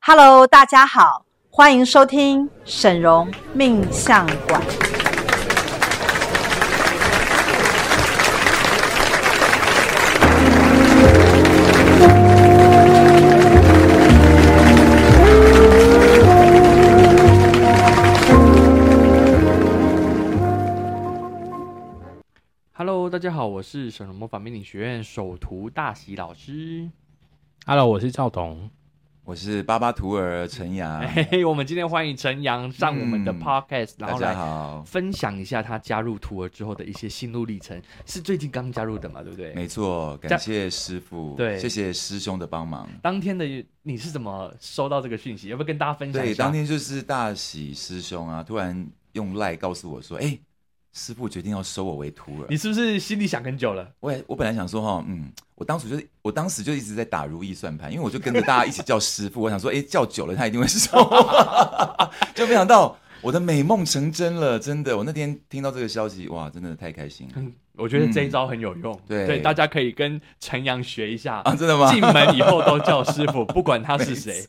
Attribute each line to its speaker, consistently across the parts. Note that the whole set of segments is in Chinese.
Speaker 1: Hello，大家好，欢迎收听沈荣命相馆。
Speaker 2: Hello，大家好，我是省魔法命理学院首徒大喜老师。
Speaker 3: Hello，我是赵彤。
Speaker 4: 我是巴巴图尔陈阳，
Speaker 2: 嘿嘿，我们今天欢迎陈阳上我们的
Speaker 4: 嗯
Speaker 2: podcast，、然
Speaker 4: 大
Speaker 2: 后
Speaker 4: 家
Speaker 2: 来
Speaker 4: 好，
Speaker 2: 分享一下他加入徒儿之后的一些心路历程。是最近刚加入的嘛，对不对？
Speaker 4: 没错，
Speaker 2: 这
Speaker 4: 感
Speaker 2: 样
Speaker 4: 谢师傅，
Speaker 2: 对
Speaker 4: 谢谢师兄的帮忙。
Speaker 2: 当天的你是怎么收到这个讯息？要不要跟大家分享一
Speaker 4: 对，
Speaker 2: 下？
Speaker 4: 当天就是大喜师兄啊，突然用赖告诉我说，哎、师傅决定要收我为徒儿
Speaker 2: 你。是不是心里想很久了？
Speaker 4: 我也我本来想说哈，嗯，我当初就是我当时就一直在打如意算盘，因为我就跟着大家一起叫师傅，我想说，哎、叫久了他一定会收 我，就没想到我的美梦成真了，真的，我那天听到这个消息，哇，真的太开心了
Speaker 2: 嗯我觉得这一招很有用，
Speaker 4: 对
Speaker 2: 大家可以跟陈阳学一下。
Speaker 4: 啊，真的吗？
Speaker 2: 进门以后都叫师傅，不管他是谁。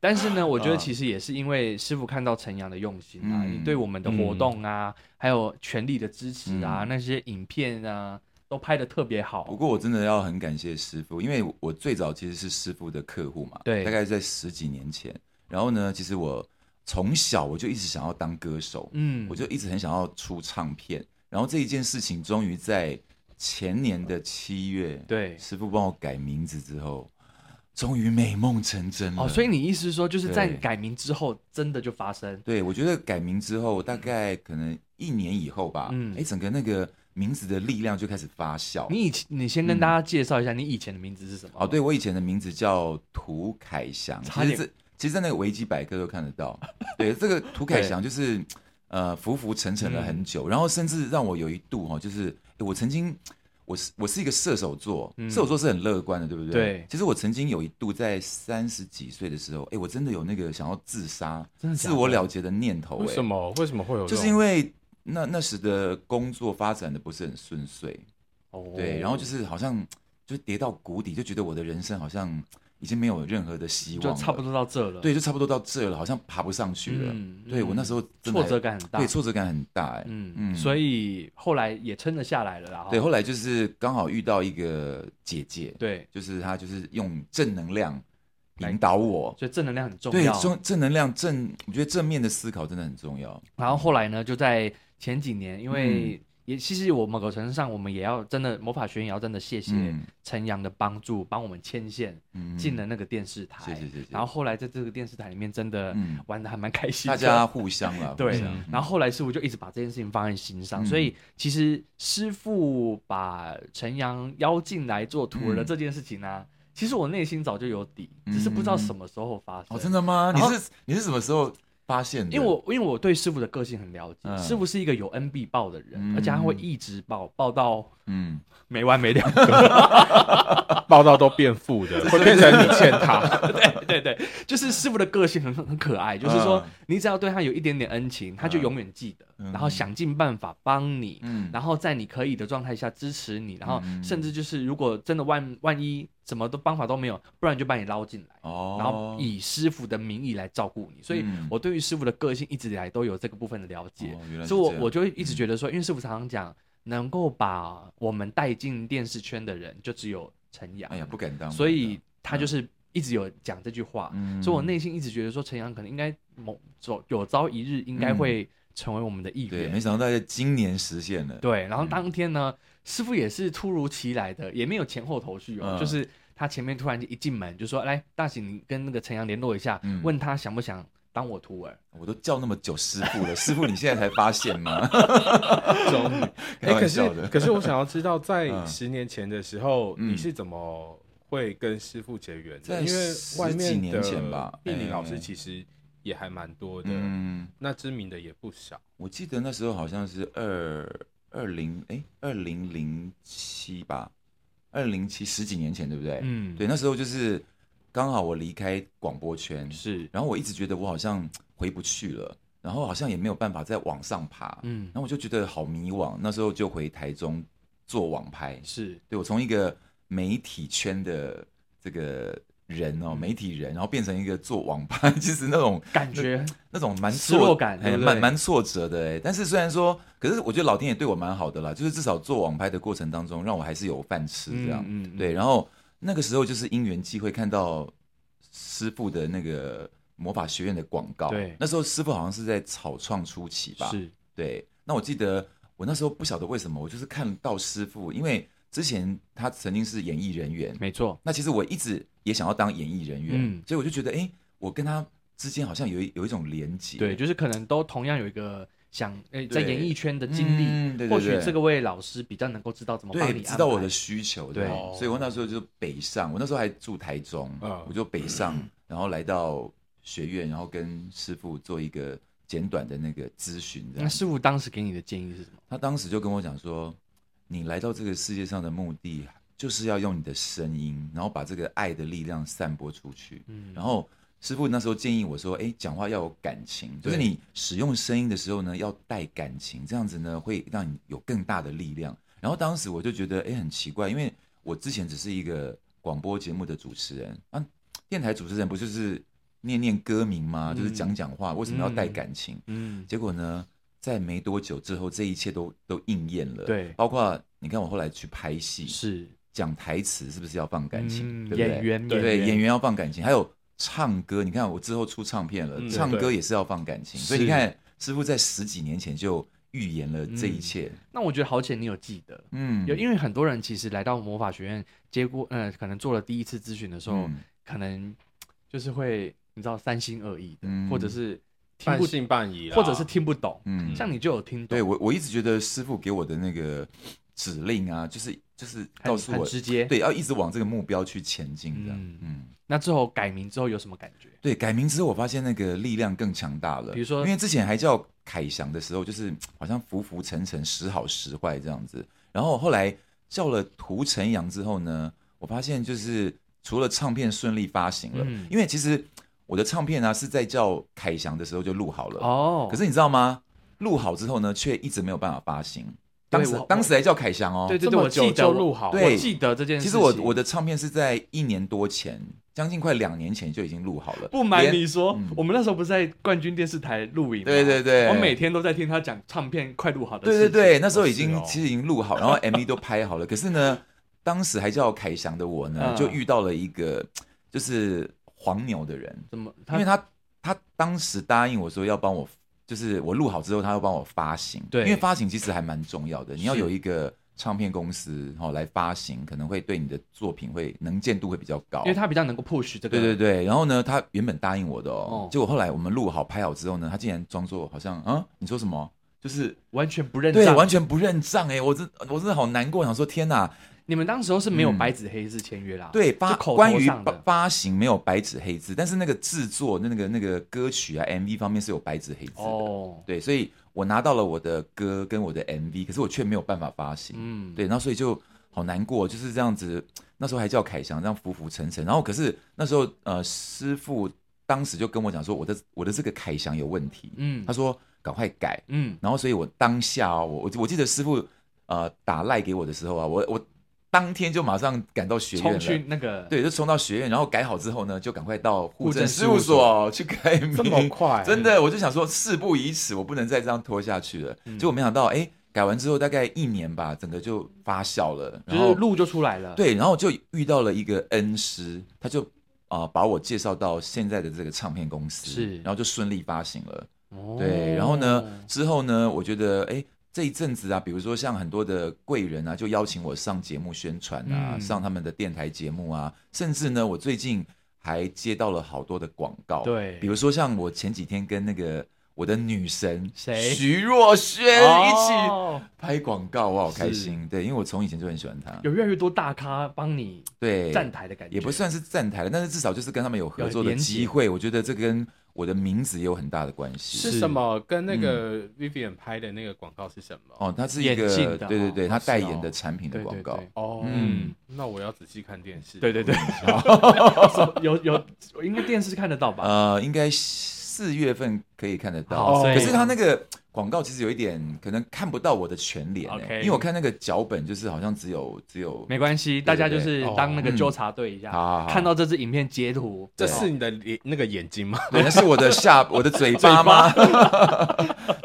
Speaker 2: 但是呢，我觉得其实也是因为师傅看到陈阳的用心啊，
Speaker 4: 啊嗯
Speaker 2: 你对我们的活动啊，还有全力的支持啊，
Speaker 4: 嗯
Speaker 2: 那些影片啊，都拍的特别好
Speaker 4: 不。过我真的要很感谢师傅，因为我我最早其实是师傅的客户嘛，
Speaker 2: 对
Speaker 4: 大概在十几年前。然后呢，其实我从小我就一直想要当歌手，
Speaker 2: 嗯，
Speaker 4: 我就一直很想要出唱片。然后这一件事情终于在前年的七月，
Speaker 2: 对
Speaker 4: 师傅帮我改名字之后，终于美梦成真了。
Speaker 2: 哦，所以你意思是说，就是在
Speaker 4: 对
Speaker 2: 改名之后，真的就发生？
Speaker 4: 对我觉得改名之后，大概可能一年以后吧，
Speaker 2: 嗯
Speaker 4: 嗯，哎，整个那个名字的力量就开始发酵。
Speaker 2: 你以前，你先跟大家介绍一下你以前的名字是什么？
Speaker 4: 嗯哦，对，，我以前的名字叫涂凯翔，
Speaker 2: 差
Speaker 4: 其实
Speaker 2: 点
Speaker 4: 这其实，在那个维基百科都看得 到。对，这个涂凯翔就是呃浮浮沉沉了
Speaker 2: 嗯
Speaker 4: 很久，然后甚至让我有一度哈、哦，就是诶我曾经我是我是一个射手座，
Speaker 2: 嗯
Speaker 4: 射手座是很乐观的，对不对？
Speaker 2: 对
Speaker 4: 其实我曾经有一度在三十几岁的时候，哎，我真的有那个想要自杀、
Speaker 2: 真的假
Speaker 4: 自
Speaker 2: 的
Speaker 4: 我了结的念头。
Speaker 3: 为
Speaker 4: 诶
Speaker 3: 什么？为什么会有这种？
Speaker 4: 就是因为那那时的工作发展的不是很顺遂，
Speaker 2: 哦
Speaker 4: 对，然后就是好像就是跌到谷底，就觉得我的人生好像已经没有任何的希望
Speaker 2: 就
Speaker 4: 了，
Speaker 2: 差不多到这了。
Speaker 4: 对，就差不多到这了，好像爬不上去了。
Speaker 2: 嗯
Speaker 4: 对我那时候真的
Speaker 2: 挫
Speaker 4: 还
Speaker 2: 折感很大。
Speaker 4: 对，挫折感很大、哎，
Speaker 2: 嗯嗯，所以后来也撑得下来了啦。
Speaker 4: 对，
Speaker 2: 哦
Speaker 4: 后来就是刚好遇到一个姐姐，
Speaker 2: 对，
Speaker 4: 就是她就是用正能量引导我，
Speaker 2: 所以正能量很重
Speaker 4: 对
Speaker 2: 要。，
Speaker 4: 正正能量正，我觉得正面的思考真的很重要。
Speaker 2: 然后后来呢，就在前几年，因为
Speaker 4: 嗯
Speaker 2: 也其实我某个程度上，我们也要真的魔法学院也要真的谢谢
Speaker 4: 嗯
Speaker 2: 陈阳的帮助，帮我们牵线
Speaker 4: 嗯
Speaker 2: 进了那个电视台。
Speaker 4: 谢谢谢谢
Speaker 2: 然后后来在这个电视台里面真的
Speaker 4: 嗯
Speaker 2: 玩的还蛮开心
Speaker 4: 大
Speaker 2: 的，
Speaker 4: 家互相啦，
Speaker 2: 对
Speaker 4: 互相，
Speaker 2: 然后后来师傅就一直把这件事情放在心上，
Speaker 4: 嗯
Speaker 2: 所以其实师傅把陈阳邀进来做徒儿的
Speaker 4: 嗯
Speaker 2: 这件事情呢、啊其实我内心早就有底，只是不知道什么时候发生。
Speaker 4: 嗯哦，真的吗？你
Speaker 2: 然后
Speaker 4: 是你是什么时候发现的？
Speaker 2: 因为我因为我对师傅的个性很了解，
Speaker 4: 嗯
Speaker 2: 师傅是一个有恩必报的人，
Speaker 4: 嗯
Speaker 2: 而且他会一直报报到
Speaker 4: 嗯。
Speaker 2: 没完没了。
Speaker 3: 报道都变负 的，会变成你欠 他。
Speaker 2: 对对对，就是师傅的个性很很可爱，就是说
Speaker 4: 嗯
Speaker 2: 你只要对他有一点点恩情，他就永远记得，
Speaker 4: 嗯
Speaker 2: 然后想尽办法帮你，
Speaker 4: 嗯
Speaker 2: 然后在你可以的状态下支持你，然后
Speaker 4: 嗯
Speaker 2: 甚至就是如果真的万万一什么都方法都没有，不然就把你捞进来。
Speaker 4: 哦，
Speaker 2: 然后以师傅的名义来照顾你，所以
Speaker 4: 嗯
Speaker 2: 我对于师傅的个性一直以来都有这个部分的了解，
Speaker 4: 哦原来是
Speaker 2: 所以我
Speaker 4: 这样嗯
Speaker 2: 我就会一直觉得说，因为师傅常常讲，能够把我们带进电视圈的人就只有陈阳，
Speaker 4: 哎呀，不敢当，
Speaker 2: 所以
Speaker 4: 不
Speaker 2: 他就是一直有讲这句话，
Speaker 4: 嗯
Speaker 2: 所以我内心一直觉得说陈阳可能应该某走有朝一日应该会成为我们的议
Speaker 4: 敢当嗯对，
Speaker 2: 员，
Speaker 4: 没嗯想到在今年实现了，
Speaker 2: 对。然后当天呢，师傅也是突如其来的，也没有前后头绪哦，
Speaker 4: 嗯
Speaker 2: 就是他前面突然一进门就说：“来，大喜，你跟那个陈阳联络一下，
Speaker 4: 嗯
Speaker 2: 问他想不想当我徒儿。
Speaker 4: 我都叫那么久师傅 了，师傅你现在才发现 吗？
Speaker 3: 终于，哎，
Speaker 4: 开
Speaker 3: 可
Speaker 4: 玩
Speaker 3: 是
Speaker 4: 笑的
Speaker 3: 可是我想要知道，在
Speaker 4: 嗯
Speaker 3: 十年前的时候，
Speaker 4: 嗯
Speaker 3: 你是怎么会跟师傅结缘的？
Speaker 4: 在
Speaker 3: 因为外
Speaker 4: 十几
Speaker 3: 面的
Speaker 4: 年前吧
Speaker 3: 命理老
Speaker 4: 哎
Speaker 3: 师其实也还蛮多的，
Speaker 4: 嗯，
Speaker 3: 那知名的也不少。
Speaker 4: 我记得那时候好像是二二零哎二零零七吧，二零七十几年前对不对？
Speaker 2: 嗯
Speaker 4: 对，那时候就是刚好我离开广播圈，
Speaker 2: 是，
Speaker 4: 然后我一直觉得我好像回不去了，然后好像也没有办法再往上爬，
Speaker 2: 嗯
Speaker 4: 然后我就觉得好迷惘，那时候就回台中做网拍，
Speaker 2: 是，
Speaker 4: 对我从一个媒体圈的这个人
Speaker 2: 嗯
Speaker 4: 哦，媒体人，然后变成一个做网拍， 其实那种
Speaker 2: 感觉
Speaker 4: 那种蛮
Speaker 2: 失
Speaker 4: 挫
Speaker 2: 落感
Speaker 4: 哎
Speaker 2: 对不
Speaker 4: 蛮
Speaker 2: 对
Speaker 4: 蛮挫折的哎。但是虽然说，可是我觉得老天也对我蛮好的啦，就是至少做网拍的过程当中，让我还是有饭吃这样。
Speaker 2: 嗯嗯嗯
Speaker 4: 对，然后那个时候就是因缘际会看到师傅的那个魔法学院的广告，
Speaker 2: 对
Speaker 4: 那时候师傅好像是在草创初期吧，
Speaker 2: 是
Speaker 4: 对，那我记得我那时候不晓得为什么，我就是看到师傅，因为之前他曾经是演艺人员，
Speaker 2: 没错，
Speaker 4: 那其实我一直也想要当演艺人员，
Speaker 2: 嗯
Speaker 4: 所以我就觉得，哎、我跟他之间好像有一有一种连结，
Speaker 2: 对，就是可能都同样有一个想诶在
Speaker 4: 对
Speaker 2: 演艺圈的经历，
Speaker 4: 嗯对对
Speaker 2: 或许
Speaker 4: 对
Speaker 2: 这个位老师比较能够知道怎么帮
Speaker 4: 对，
Speaker 2: 你
Speaker 4: 知道我
Speaker 2: 安排
Speaker 4: 的需求，
Speaker 2: 对
Speaker 4: 对，所以我那时候就北上，我那时候还住台中，
Speaker 3: 嗯
Speaker 4: 我就北上，然后来到学院，然后跟师傅做一个简短的那个咨询，这
Speaker 2: 那
Speaker 4: 样。
Speaker 2: 师傅当时给你的建议是什么？
Speaker 4: 他当时就跟我讲说，你来到这个世界上的目的，就是要用你的声音，然后把这个爱的力量散播出去。
Speaker 2: 嗯
Speaker 4: 然后师傅那时候建议我说，哎，讲话要有感情，就是
Speaker 2: 对
Speaker 4: 你使用声音的时候呢，要带感情，这样子呢会让你有更大的力量。然后当时我就觉得，哎，很奇怪，因为我之前只是一个广播节目的主持人啊，电台主持人不就是念念歌名吗？就是
Speaker 2: 嗯
Speaker 4: 讲讲话，为什么要带
Speaker 2: 嗯
Speaker 4: 感情？
Speaker 2: 嗯，
Speaker 4: 结果呢，在没多久之后，这一切都都应验了。
Speaker 2: 对
Speaker 4: 包括你看我后来去拍戏，
Speaker 2: 是
Speaker 4: 讲台词是不是要放感情？
Speaker 2: 嗯
Speaker 4: 对不对
Speaker 2: 演员
Speaker 4: 对对演
Speaker 2: 员
Speaker 4: 员要放感情，还有唱歌。你看我之后出唱片了，
Speaker 2: 嗯
Speaker 4: 唱歌也是要放感情。
Speaker 2: 对
Speaker 4: 所以你看，师傅在十几年前就预言了这一切。
Speaker 2: 那我觉得好险你有记得，
Speaker 4: 嗯，
Speaker 2: 有因为很多人其实来到魔法学院，结果呃可能做了第一次咨询的时候，
Speaker 4: 嗯
Speaker 2: 可能就是会你知道三心二意的，
Speaker 4: 嗯
Speaker 2: 或者是听
Speaker 3: 半
Speaker 2: 不
Speaker 3: 信半疑啦，
Speaker 2: 或者是听不懂，
Speaker 4: 嗯
Speaker 2: 像你就有听懂，
Speaker 4: 对我我一直觉得师傅给我的那个指令啊，就是就是
Speaker 2: 很
Speaker 4: 告诉
Speaker 2: 很
Speaker 4: 我，
Speaker 2: 直接。
Speaker 4: 对，要一直往这个目标去前进这样。
Speaker 2: 嗯
Speaker 4: 嗯
Speaker 2: 那之后改名之后有什么感觉？
Speaker 4: 对，改名之后我发现那个力量更强大了。
Speaker 2: 比如说
Speaker 4: 因为之前还叫凯翔的时候，就是嗯好像浮浮沉沉，时好时坏这样子。然后后来叫了涂晨阳之后呢，我发现就是除了唱片顺利发行了，
Speaker 2: 嗯
Speaker 4: 因为其实我的唱片呢、是在叫凯翔的时候就录好了。
Speaker 2: 哦，
Speaker 4: 呃可是你知道吗？录好之后呢，却一直没有办法发行。
Speaker 2: 对
Speaker 4: 当时
Speaker 2: 我我
Speaker 4: 当时还叫凯翔哦。
Speaker 2: 对对
Speaker 3: 这
Speaker 2: 对，
Speaker 3: 么
Speaker 2: 我
Speaker 3: 久
Speaker 2: 记得
Speaker 3: 就
Speaker 2: 我
Speaker 3: 录好
Speaker 4: 对
Speaker 2: 我记得这件事
Speaker 4: 其
Speaker 2: 情。
Speaker 4: 实我我的唱片是在一年多前，将近快两年前就已经录好了。
Speaker 2: 不瞒
Speaker 4: 连
Speaker 2: 你说，
Speaker 4: 嗯
Speaker 2: 我们那时候不是在冠军电视台录影吗，
Speaker 4: 对对对
Speaker 2: 我每天都在听他讲唱片快录好的
Speaker 4: 对
Speaker 2: 事
Speaker 4: 对
Speaker 2: 情
Speaker 4: 对，那时候已
Speaker 3: 是
Speaker 4: 经、
Speaker 3: 哦
Speaker 4: 其实已经录好，然后 MV 都拍好了。可是呢，当时还叫凯翔的我呢，
Speaker 2: 嗯
Speaker 4: 就遇到了一个就是黄牛的人，
Speaker 2: 哦怎么？他
Speaker 4: 因为他他当时答应我说要帮我，就是我录好之后，他要帮我发行。
Speaker 2: 对
Speaker 4: 因为发行其实还蛮重要的，你要
Speaker 2: 是
Speaker 4: 有一个唱片公司哦来发行，可能会对你的作品会能见度会比较高
Speaker 2: 因。为他比较能够 push 这个，
Speaker 4: 对对对，然后呢，他原本答应我的哦
Speaker 2: 哦，
Speaker 4: 结果后来我们录好拍好之后呢，他竟然装作好像啊，你说什么？就是
Speaker 2: 完全不认
Speaker 4: 对，
Speaker 2: 账。
Speaker 4: 完全不认账哎、我真我真的好难过，想说天哪，
Speaker 2: 你们当时候是没有
Speaker 4: 嗯
Speaker 2: 白纸黑字签约啦，
Speaker 4: 对
Speaker 2: 就
Speaker 4: 发
Speaker 2: 口头
Speaker 4: 关于
Speaker 2: 上
Speaker 4: 发
Speaker 2: 的，
Speaker 4: 发行没有白纸黑字，但是那个制作那个那个歌曲啊 MV 方面是有白纸黑字的，
Speaker 2: 哦，
Speaker 4: 对，所以我拿到了我的歌跟我的 MV，可是我却没有办法发行，
Speaker 2: 嗯，
Speaker 4: 对，然后所以就好难过，就是这样子，那时候还叫凯翔，这样浮浮沉沉，然后可是那时候呃师傅当时就跟我讲说我的我的这个凯翔有问题，
Speaker 2: 嗯，
Speaker 4: 他说赶快改，
Speaker 2: 嗯，
Speaker 4: 然后所以我当下、哦、我我我记得师傅呃打赖给我的时候啊，我我当天就马上赶到学院
Speaker 2: 冲去
Speaker 4: 了。
Speaker 2: 那个，
Speaker 4: 对，就冲到学院，然后改好之后呢，就赶快到
Speaker 2: 户
Speaker 4: 户
Speaker 2: 政
Speaker 4: 政
Speaker 2: 事
Speaker 4: 事
Speaker 2: 务
Speaker 4: 务
Speaker 2: 所
Speaker 4: 所去改名。
Speaker 3: 这么 快，
Speaker 4: 真的，我就想说事不宜迟，我不能再这样拖下去了。
Speaker 2: 嗯
Speaker 4: 结果没想到，哎，改完之后大概一年吧，整个就发酵了。
Speaker 2: 就
Speaker 4: 然
Speaker 2: 是
Speaker 4: 后
Speaker 2: 路就出来了，，
Speaker 4: 对，然后就遇到了一个恩师，他就啊、呃把我介绍到现在的这个唱片公司，
Speaker 2: 是
Speaker 4: 然后就顺利发行了。
Speaker 2: 哦
Speaker 4: 对，然后呢，，之后呢，我觉得哎。诶这一阵子啊，比如说像很多的贵人啊，就邀请我上节目宣传啊，
Speaker 2: 嗯
Speaker 4: 上他们的电台节目啊，甚至呢，我最近还接到了好多的广告，
Speaker 2: 对
Speaker 4: 哦比如说像我前几天跟那个我的女神
Speaker 2: 谁
Speaker 4: 徐若瑄一起
Speaker 2: 哦
Speaker 4: 拍广告，我好开心，对，因为我从以前就很喜欢她，
Speaker 2: 有越来越多大咖帮你
Speaker 4: 对，
Speaker 2: 站台的感觉，
Speaker 4: 也不算是站台了，但是至少就是跟他们有合
Speaker 2: 有
Speaker 4: 作的
Speaker 2: 连结
Speaker 4: 机会，我觉得这跟我的名字也有很大的关系，
Speaker 3: 是嗯什么？跟那个 Vivian 拍的那个广告是什么？
Speaker 4: 哦，它是一
Speaker 2: 眼
Speaker 4: 个
Speaker 2: 镜的
Speaker 4: 对对
Speaker 2: 哦
Speaker 4: 对，
Speaker 2: 哦
Speaker 4: 它
Speaker 2: 是
Speaker 4: 代
Speaker 2: 哦
Speaker 4: 言的产品的
Speaker 2: 对
Speaker 4: 广告。，
Speaker 3: 哦，
Speaker 2: 嗯
Speaker 3: 嗯，那我要仔细看电视。
Speaker 2: 对对对， 有有有应该电视看得到吧？
Speaker 4: 呃，应该四月份可以看得到，
Speaker 2: 好
Speaker 3: 所以
Speaker 4: 可是它那个广告其实有一点可能看不到我的全脸、欸
Speaker 2: OK
Speaker 4: 因为我看那个脚本就是好像只有只有
Speaker 2: 没关系，大家就是当那个
Speaker 4: 哦
Speaker 2: 纠察队一下
Speaker 4: 嗯好好，好
Speaker 2: 看到这支影片截图，
Speaker 3: 这
Speaker 2: 对
Speaker 3: 是你的脸那个眼睛吗？
Speaker 4: 对，那是我的 下我的嘴巴吗？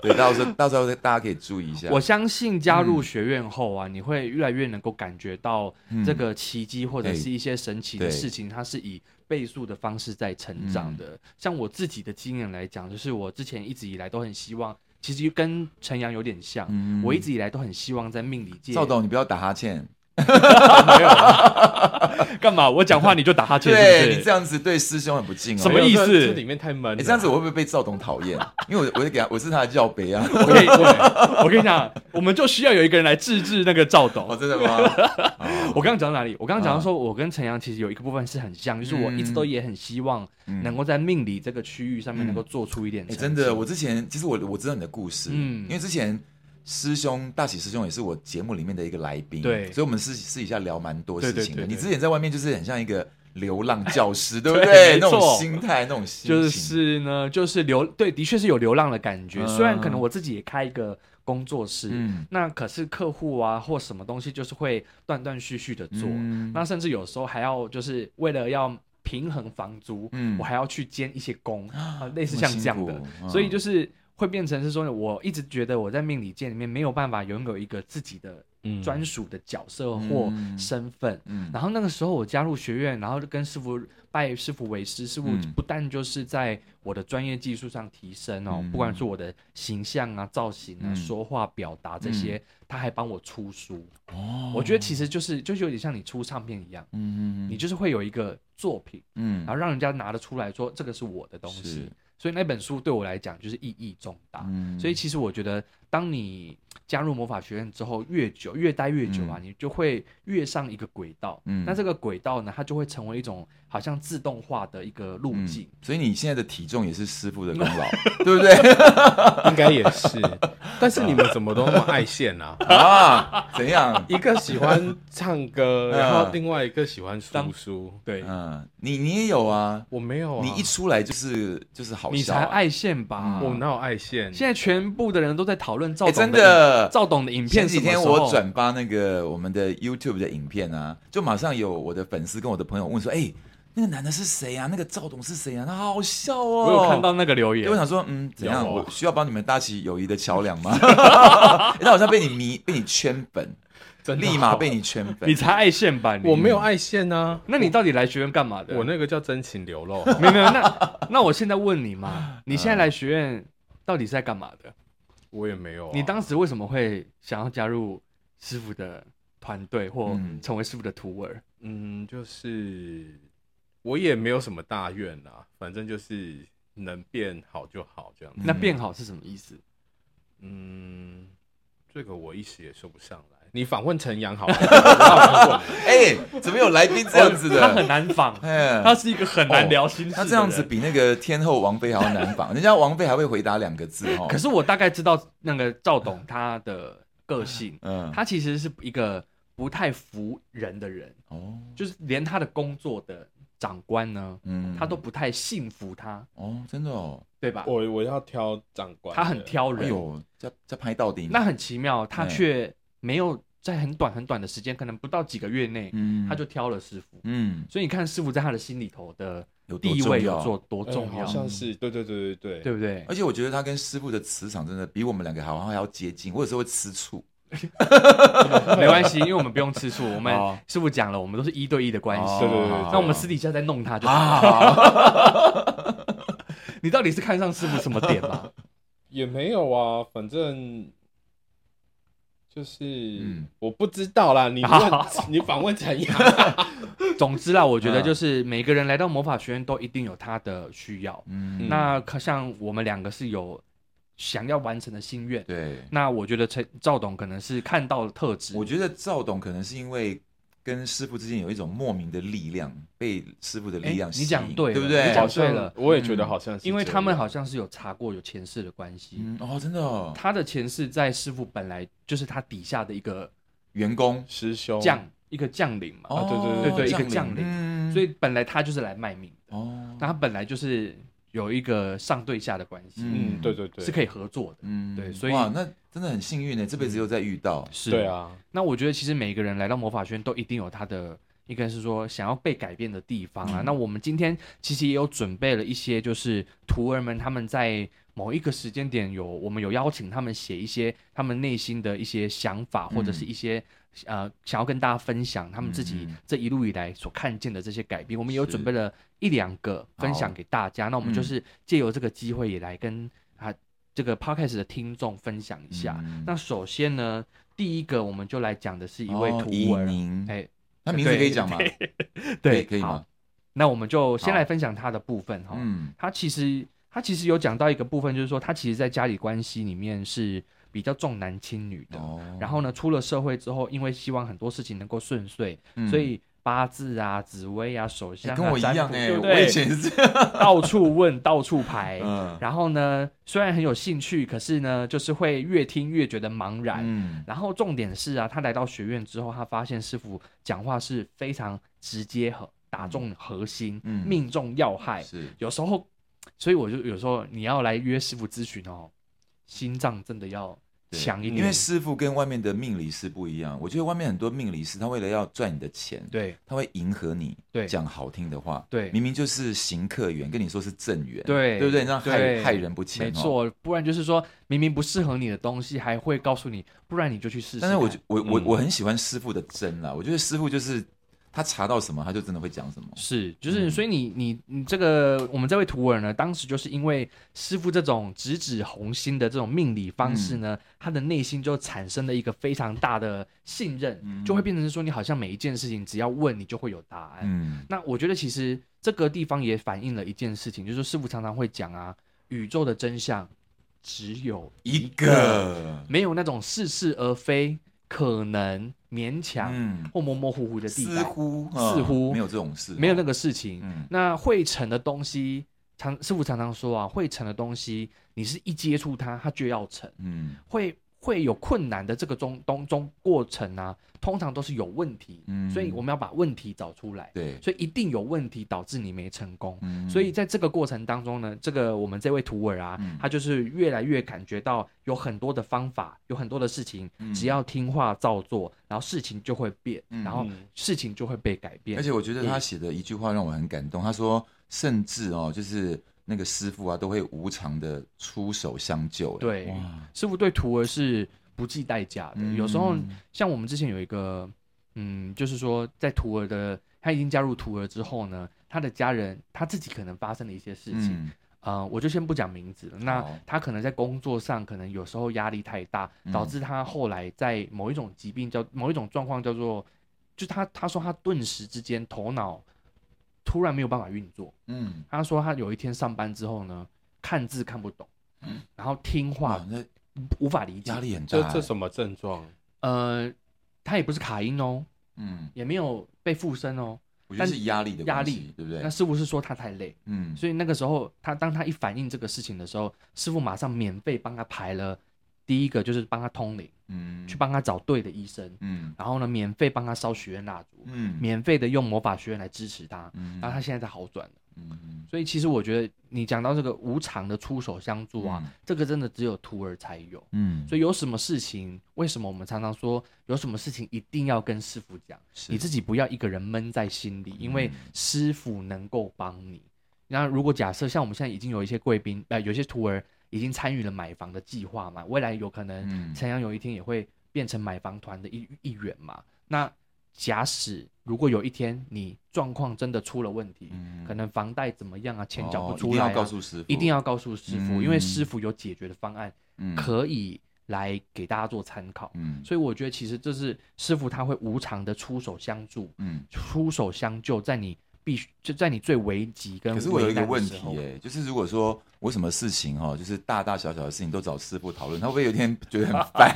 Speaker 4: 对，到时候到时候大家可以注意一下。
Speaker 2: 我相信加入学院后
Speaker 4: 嗯
Speaker 2: 啊，你会越来越能够感觉到这个奇迹或者是一些神奇的事情，它是以倍数的方式在成长
Speaker 4: 嗯
Speaker 2: 的。像我自己的经验来讲，就是我之前一直以来都很希望，其实跟陈阳有点像，
Speaker 4: 嗯
Speaker 2: 我一直以来都很希望在命理界。
Speaker 4: 赵董，你不要打哈欠，
Speaker 2: 没有啊干嘛？我讲话你就打哈欠，是不
Speaker 4: 对
Speaker 2: 是
Speaker 4: 你这样子对师兄很不敬哦。
Speaker 2: 什么意思
Speaker 3: 没有这这里面太闷了。
Speaker 4: 哎、这样子我会不会被赵董讨厌？因为我我会给他，我是他的教杯啊。
Speaker 2: 我跟你，我我跟你讲，我们就需要有一个人来治治那个赵董
Speaker 4: 哦，。真的吗？
Speaker 2: 我刚刚讲到哪里？我刚刚讲到说，我跟陈阳其实有一个部分是很像，就是
Speaker 4: 嗯
Speaker 2: 我一直都也很希望能够在命理这个区域上面能够做出一点
Speaker 4: 哎、
Speaker 2: 成绩、
Speaker 4: 真的，我之前其实我我知道你的故事，
Speaker 2: 嗯
Speaker 4: 因为之前师兄大喜师兄也是我节目里面的一个来宾，
Speaker 2: 对
Speaker 4: 所以我们私私底下聊蛮多事情的。
Speaker 3: 对对对对
Speaker 4: 你之前在外面就是很像一个流浪 教师，对不
Speaker 2: 对没
Speaker 4: 那种
Speaker 2: 错
Speaker 4: 心态，那种心情，
Speaker 2: 就是呢，就是流对，的确是有流浪的感觉。
Speaker 4: 嗯
Speaker 2: 虽然可能我自己也开一个工作室，
Speaker 4: 嗯
Speaker 2: 那可是客户啊或什么东西就是会断断续续的做，
Speaker 4: 嗯
Speaker 2: 那甚至有时候还要就是为了要平衡房租，
Speaker 4: 嗯
Speaker 2: 我还要去兼一些工，啊，类似像这样
Speaker 4: 那么
Speaker 2: 的
Speaker 4: 辛苦，嗯
Speaker 2: 所以就是会变成是说，我一直觉得我在命理界里面没有办法拥有一个自己的
Speaker 3: 嗯
Speaker 2: 专属的角色或
Speaker 4: 嗯
Speaker 2: 身份。
Speaker 4: 嗯
Speaker 2: 然后那个时候我加入学院，然后就跟师傅拜师傅为师，师傅
Speaker 4: 嗯
Speaker 2: 不但就是在我的专业技术上提升哦，
Speaker 4: 嗯
Speaker 2: 不管是我的形象啊、造型啊、
Speaker 4: 嗯
Speaker 2: 说话表达这些，他还帮我出书。
Speaker 4: 哦
Speaker 2: 我觉得其实就是就是有点像你出唱片一样，
Speaker 4: 嗯
Speaker 2: 你就是会有一个作品，
Speaker 4: 嗯
Speaker 2: 然后让人家拿得出来说这个是我的东西
Speaker 4: 是。
Speaker 2: 所以那本书对我来讲就是意义重大。
Speaker 4: 嗯
Speaker 2: 所以其实我觉得，当你加入魔法学院之后，越久越待越久啊，你就会越上一个轨道。
Speaker 4: 嗯
Speaker 2: 那这个轨道呢，它就会成为一种好像自动化的一个路
Speaker 4: 嗯
Speaker 2: 径。
Speaker 4: 所以你现在的体重也是师傅的 功劳，对不对？
Speaker 3: 应该也是， 但是你们怎么都那么爱现 啊？
Speaker 4: 啊，怎 样？
Speaker 3: 一个喜欢唱歌，
Speaker 4: 嗯
Speaker 3: 然后另外一个喜欢
Speaker 2: 当
Speaker 3: 叔叔。
Speaker 2: 对
Speaker 4: 嗯，你你也有啊，
Speaker 3: 我没有啊，
Speaker 4: 你一出来就是就是好
Speaker 2: 你
Speaker 4: 笑
Speaker 2: 才
Speaker 4: 啊、
Speaker 2: 爱现吧？
Speaker 3: 我哪有爱现？
Speaker 2: 现在全部的人都在讨论赵
Speaker 4: 哎
Speaker 2: 董
Speaker 4: 真的
Speaker 2: 影赵董的影
Speaker 4: 前
Speaker 2: 片
Speaker 4: 几
Speaker 2: 什么时
Speaker 4: 天
Speaker 2: 候。
Speaker 4: 我转发那个我们的 YouTube 的影片啊，就马上有我的粉丝跟我的朋友问说：“哎、那个男的是谁啊？那个赵董是谁啊？他好笑哦！”
Speaker 2: 我有看到。那个留言
Speaker 4: 对，我，想说，嗯，怎样？
Speaker 3: 有哦
Speaker 4: 我需要帮你们搭起友谊的桥梁 吗？哎那好像被你迷，被你圈粉，
Speaker 3: 真的
Speaker 4: 立马被你圈粉
Speaker 2: 你。才爱现吧？你
Speaker 3: 我没有，爱现啊，
Speaker 2: 那你到底来学院干嘛的？
Speaker 3: 我那个叫真情流露。 啊
Speaker 2: 没有没有，那那我现在问你 嘛，你现在来学院到底是在干嘛的？
Speaker 3: 我也没
Speaker 4: 嗯
Speaker 3: 有啊、
Speaker 2: 你当时为什么会想要加入师傅的团队或
Speaker 4: 嗯
Speaker 2: 成为师傅的徒儿？
Speaker 3: 嗯，就是我也没有什么大愿啦，反正就是能变好就好这样子。
Speaker 2: 那变好是什么意思？
Speaker 3: 嗯，这个我一时也说不上来。你访问陈阳好了，我要访问你
Speaker 4: 哎、怎么有来宾这样子
Speaker 2: 他很
Speaker 4: 的？
Speaker 2: 难 仿，
Speaker 4: 哎
Speaker 2: 他是一个很难聊心事、
Speaker 4: 哦他这样子，比那个天后王菲还要难仿，人家王菲还会回答两个字哦。
Speaker 2: 可是我大概知道那个赵董他的个性，
Speaker 4: 嗯，
Speaker 2: 他其实是一个不太服人的人，
Speaker 4: 哦，
Speaker 2: 就是连他的工作的长官呢，
Speaker 4: 嗯
Speaker 2: 他都不太信服他，
Speaker 4: 哦，真的哦，
Speaker 2: 对吧？
Speaker 3: 我我要挑长官，
Speaker 2: 他很，挑
Speaker 4: 哎
Speaker 2: 人，
Speaker 4: 呦，这这拍到底，
Speaker 2: 那很奇妙，哦他
Speaker 4: 嗯
Speaker 2: 却没有在很短很短的时间，可能不到几个月内，
Speaker 4: 嗯
Speaker 2: 他就挑了师傅。
Speaker 4: 嗯
Speaker 2: 所以你看，师傅在他的心里头的
Speaker 4: 有多
Speaker 2: 地
Speaker 4: 重
Speaker 2: 位
Speaker 4: 要
Speaker 2: 有做多
Speaker 3: 哎
Speaker 2: 重
Speaker 3: 好
Speaker 2: 要，
Speaker 3: 像是对对对对
Speaker 2: 对
Speaker 3: 对，
Speaker 2: 不对
Speaker 4: 而？且我觉得他跟师傅的磁场真的比我们两个好像还要接近。我有时候会吃醋，
Speaker 2: 没关系，因为我们不用吃素，我们
Speaker 4: 哦
Speaker 2: 师傅讲了，我们都是一对一的关系。
Speaker 3: 对对对对
Speaker 2: 那我们私底下再弄他就好。
Speaker 4: 啊，
Speaker 2: 你到底是看上师傅什么点 了？
Speaker 3: 也没有啊，反正。就是、
Speaker 4: 嗯
Speaker 3: 我不知道 啦，你
Speaker 2: 好
Speaker 3: 问你访问 陈阳，
Speaker 2: 总之啦，我觉
Speaker 4: 嗯
Speaker 2: 得就是每个人来到魔法学院都一定有他的需要。
Speaker 4: 嗯，
Speaker 2: 那可像我们两个是有想要完成的心愿，
Speaker 4: 对，
Speaker 2: 那我觉得陈赵董可能是看到了特质，
Speaker 4: 我觉得赵董可能是因为跟师傅之间有一种莫名的力量，被师傅的力量
Speaker 2: 哎
Speaker 4: 吸
Speaker 2: 你
Speaker 4: 引，
Speaker 2: 讲对了
Speaker 4: 对不
Speaker 2: 你
Speaker 4: 对？
Speaker 2: 讲对了
Speaker 3: 我也觉得好像是这样，
Speaker 2: 因为他们好像是有查过有前世的关系，
Speaker 4: 嗯，哦，真的哦，
Speaker 2: 他的前世在师傅本来就是他底下的一个
Speaker 4: 员工
Speaker 3: 师兄
Speaker 2: 将、一个将领嘛，
Speaker 4: 哦，
Speaker 3: 对对对
Speaker 2: 对对一个将领
Speaker 4: 嗯
Speaker 2: 所以本来他就是来卖命的，
Speaker 3: 嗯
Speaker 4: 哦，
Speaker 2: 那他本来就是。有一个上对下的关系，
Speaker 3: 嗯，对对对，
Speaker 2: 是可以合作的。
Speaker 4: 嗯
Speaker 2: 对所以嗯
Speaker 4: 哇，那真的很幸运呢，欸这辈子又再遇到，
Speaker 2: 是
Speaker 3: 对。啊，
Speaker 2: 那我觉得其实每一个人来到魔法学院都一定有他的，应该是说想要被改变的地方
Speaker 4: 嗯
Speaker 2: 啊。那我们今天其实也有准备了一些，就是徒儿们他们在某一个时间点有，我们有邀请他们写一些他们内心的一些想法，或者是一些。呃，想要跟大家分享他们自己
Speaker 4: 嗯嗯
Speaker 2: 这一路以来所看见的这些改变，我们也有
Speaker 4: 是
Speaker 2: 准备了一两个分享
Speaker 4: 好嗯
Speaker 2: 给大家。那我们就是借由这个机会也来跟啊这个 podcast 的听众分享一下。
Speaker 4: 嗯
Speaker 2: 那首先呢，第一个我们就来讲的是一位
Speaker 4: 哦
Speaker 2: 图
Speaker 4: 怡
Speaker 2: 文，
Speaker 4: 宁，
Speaker 2: 哎，
Speaker 4: 他名字可以讲吗？可以
Speaker 2: 对，
Speaker 4: 可以
Speaker 2: 好
Speaker 4: 吗？？
Speaker 2: 那我们就先
Speaker 4: 好
Speaker 2: 来分享他的部分哈。
Speaker 4: 嗯
Speaker 2: 他其实他其实有讲到一个部分，就是说他其实在家里关系里面是比较重男轻女的。
Speaker 4: 哦
Speaker 2: 然后呢，出了社会之后，因为希望很多事情能够顺遂，所以八字啊、紫薇啊、手
Speaker 4: 你
Speaker 2: 相、啊
Speaker 4: 哎跟我一样
Speaker 2: 哎
Speaker 4: 嗯哎，，
Speaker 2: 对不
Speaker 4: 我
Speaker 2: 对
Speaker 4: 以前是这样，
Speaker 2: 到处问、到处排。
Speaker 4: 嗯
Speaker 2: 然后呢，虽然很有兴趣，可是呢，就是会越听越觉得茫然。
Speaker 4: 嗯
Speaker 2: 然后重点是啊，他来到学院之后，他发现师傅讲话是非常直接和打中核心，
Speaker 4: 嗯
Speaker 2: 命中要害。
Speaker 4: 是
Speaker 2: 有时候，所以我就有时候你要来约师傅咨询哦，心脏真的要
Speaker 4: 对
Speaker 2: 强一点，
Speaker 4: 因为师傅跟外面的命理师不一样，我觉得外面很多命理师，他为了要赚你的钱，
Speaker 2: 对
Speaker 4: 他会迎合你，
Speaker 2: 对
Speaker 4: 讲好听的话，
Speaker 2: 对
Speaker 4: 明明就是行客缘，跟你说是正缘，
Speaker 2: 对
Speaker 4: 对不对？让害
Speaker 2: 对
Speaker 4: 害人不浅，哦
Speaker 2: 没。错，不然就是说明明不适合你的东西，还会告诉你，不然你就去试试看。
Speaker 4: 但是我就我我
Speaker 3: 嗯
Speaker 4: 我很喜欢师傅的真啊啦，我觉得师傅就是他查到什么，他就真的会讲什么。
Speaker 2: 是，就是
Speaker 4: 嗯
Speaker 2: 所以你你你这个我们这位徒儿呢，当时就是因为师傅这种直指红心的这种命理方
Speaker 4: 嗯
Speaker 2: 式呢，他的内心就产生了一个非常大的信任，
Speaker 4: 嗯
Speaker 2: 就会变成是说你好像每一件事情只要问你就会有答案。
Speaker 4: 嗯，
Speaker 2: 那我觉得其实这个地方也反映了一件事情，就是师傅常常会讲啊，宇宙的真相只有
Speaker 4: 一个，
Speaker 2: 没有那种似是而非、可能勉强、
Speaker 4: 嗯，
Speaker 2: 或模模糊糊的地
Speaker 4: 似
Speaker 2: 带，
Speaker 4: 乎
Speaker 2: 似乎
Speaker 4: 嗯没有这种事，
Speaker 2: 没有那
Speaker 4: 个，
Speaker 2: 个事情。
Speaker 4: 嗯
Speaker 2: 那会成的东西，常师傅常常说啊，会成的东西，你是一接触它，它就要成。
Speaker 4: 嗯
Speaker 2: 会会有困难的这个中东中过程啊，通常都是有问题，
Speaker 4: 嗯
Speaker 2: 所以我们要把问题找出来。
Speaker 4: 对，
Speaker 2: 所以一定有问题导致你没成功。
Speaker 4: 嗯
Speaker 2: 所以在这个过程当中呢，这个我们这位徒儿啊，
Speaker 4: 嗯
Speaker 2: 他就是越来越感觉到有很多的方法，有很多的事情，
Speaker 4: 嗯
Speaker 2: 只要听话照做，然后事情就会变，
Speaker 4: 嗯
Speaker 2: 然后事情就会被改变。
Speaker 4: 而且我觉得他写的一句话让我很感动，他说，甚至哦，就是那个师傅啊，都会无偿的出手相救，哎
Speaker 2: 对
Speaker 4: 哇，
Speaker 2: 师傅对徒儿是不计代价的。
Speaker 4: 嗯
Speaker 2: 有时候像我们之前有一个，嗯，就是说在徒儿的他已经加入徒儿之后呢，他的家人他自己可能发生了一些事情，
Speaker 4: 嗯
Speaker 2: 呃，我就先不讲名字了。那
Speaker 4: 好
Speaker 2: 他可能在工作上，可能有时候压力太大，导
Speaker 4: 嗯
Speaker 2: 致他后来在某一种疾病叫某一种状况叫做，就他他说他顿时之间头脑突然没有办法运作。
Speaker 4: 嗯，
Speaker 2: 他说他有一天上班之后呢，看字看不懂，然后听话
Speaker 4: 嗯哇，那
Speaker 2: 无法理解
Speaker 4: 压。力很大
Speaker 3: 这
Speaker 4: 哎，
Speaker 3: 这什么症状？
Speaker 2: 呃，他也不是卡音哦，
Speaker 4: 嗯，
Speaker 2: 也没有被附身哦。
Speaker 4: 我觉得是压力的
Speaker 2: 压
Speaker 4: 关系
Speaker 2: 力
Speaker 4: 对不对
Speaker 2: 那？师傅是说他太累，
Speaker 4: 嗯，
Speaker 2: 所以那个时候他当他一反映这个事情的时候，师傅马上免费帮他排了第一个就是帮他通灵，
Speaker 4: 嗯
Speaker 2: 去，帮他找对的医生，
Speaker 4: 嗯
Speaker 2: 然后呢免费帮他烧许愿蜡烛，
Speaker 4: 嗯，
Speaker 2: 免费的用魔法学院来支持他，
Speaker 4: 嗯，
Speaker 2: 然后他现在在好转了。
Speaker 4: 嗯
Speaker 2: 所以其实我觉得你讲到这个无偿的出手相助啊，
Speaker 4: 嗯
Speaker 2: 这个真的只有徒儿才有。
Speaker 4: 嗯，
Speaker 2: 所以有什么事情，为什么我们常常说有什么事情一定要跟师傅讲？
Speaker 4: 以
Speaker 2: 你自己不要一个人闷在心里，因为
Speaker 4: 嗯
Speaker 2: 师傅能够帮你。那如果假设像我们现在已经有一些贵宾，呃，有一些徒儿已经参与了买房的计划嘛，未来有可能
Speaker 4: 嗯
Speaker 2: 陈阳有一天也会变成买房团的一一员嘛。那假使如果有一天你状况真的出了问题，
Speaker 4: 嗯
Speaker 2: 可能房贷怎么样啊，钱缴
Speaker 4: 哦
Speaker 2: 不
Speaker 4: 一
Speaker 2: 出
Speaker 4: 定
Speaker 2: 来、啊
Speaker 4: 要告诉师傅，
Speaker 2: 一定要告诉师傅，因为
Speaker 4: 嗯
Speaker 2: 师傅有解决的方案，
Speaker 4: 嗯
Speaker 2: 可以来给大家做参考。
Speaker 4: 嗯
Speaker 2: 所以我觉得其实这是师傅他会无偿的出手相助，
Speaker 4: 嗯。
Speaker 2: 出手相救，在你必须就在你最危急跟
Speaker 4: 可是我有一
Speaker 2: 危
Speaker 4: 个
Speaker 2: 难的
Speaker 4: 问
Speaker 2: 时
Speaker 4: 题
Speaker 2: 候
Speaker 4: 哎、就是如果说我什么事情哈、哦，就是大大小小的事情都找师傅讨论，他会不会有一天觉得很烦？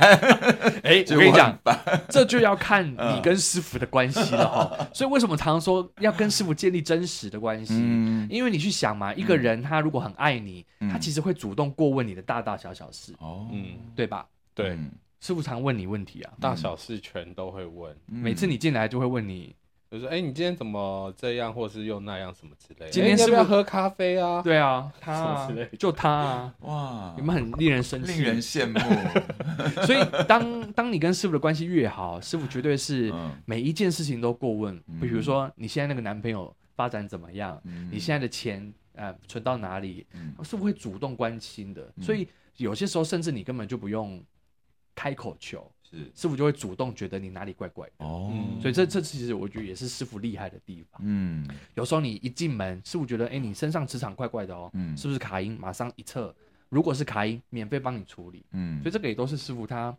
Speaker 2: 哎，
Speaker 4: 觉
Speaker 2: 啊我
Speaker 4: 得
Speaker 2: 跟你
Speaker 4: 很
Speaker 2: 讲，
Speaker 4: 烦
Speaker 2: 这就要看你跟师傅的关系了
Speaker 4: 嗯
Speaker 2: 哈。所以为什么常说要跟师傅建立真实的关系？
Speaker 4: 嗯
Speaker 2: 因为你去想嘛，一个人他如果很爱你，
Speaker 4: 嗯
Speaker 2: 他其实会主动过问你的大大小小事，
Speaker 4: 哦，
Speaker 3: 嗯，
Speaker 2: 对吧？
Speaker 3: 对，
Speaker 4: 嗯
Speaker 2: 师傅常问你问题啊，
Speaker 3: 大小事全都会问。
Speaker 4: 嗯
Speaker 2: 每次你进来就会问你
Speaker 3: 就说哎、你今天怎么这样，或是又那样什么之类的。
Speaker 2: 今天
Speaker 3: 哎你要
Speaker 2: 是
Speaker 3: 不要
Speaker 2: 不是
Speaker 3: 喝咖啡啊？
Speaker 2: 对啊，他
Speaker 3: 什么
Speaker 2: 啊
Speaker 3: 之类的
Speaker 2: 就他啊，
Speaker 4: 哇
Speaker 2: 你，们很令人生气。
Speaker 4: 令人羡慕。
Speaker 2: 所以当当你跟师傅的关系越好，师傅绝对是
Speaker 4: 嗯
Speaker 2: 每一件事情都过问。
Speaker 4: 嗯
Speaker 2: 比如说你现在那个男朋友发展怎么样，你现在的钱呃存到哪里，
Speaker 4: 嗯
Speaker 2: 师傅会主动关心的。所以有些时候甚至你根本就不用开口求，
Speaker 4: 在是
Speaker 2: 师傅就会主动觉得你哪里怪怪的。
Speaker 4: 哦，
Speaker 3: 嗯
Speaker 2: 所以这这其实我觉得也是师傅厉害的地方。
Speaker 4: 嗯
Speaker 2: 有时候你一进门，师傅觉得哎、诶你身上磁场怪怪的哦，
Speaker 4: 嗯
Speaker 2: 是不是卡音？马上一测，如果是卡音，免费帮你处理。
Speaker 4: 嗯
Speaker 2: 所以这个也都是师傅他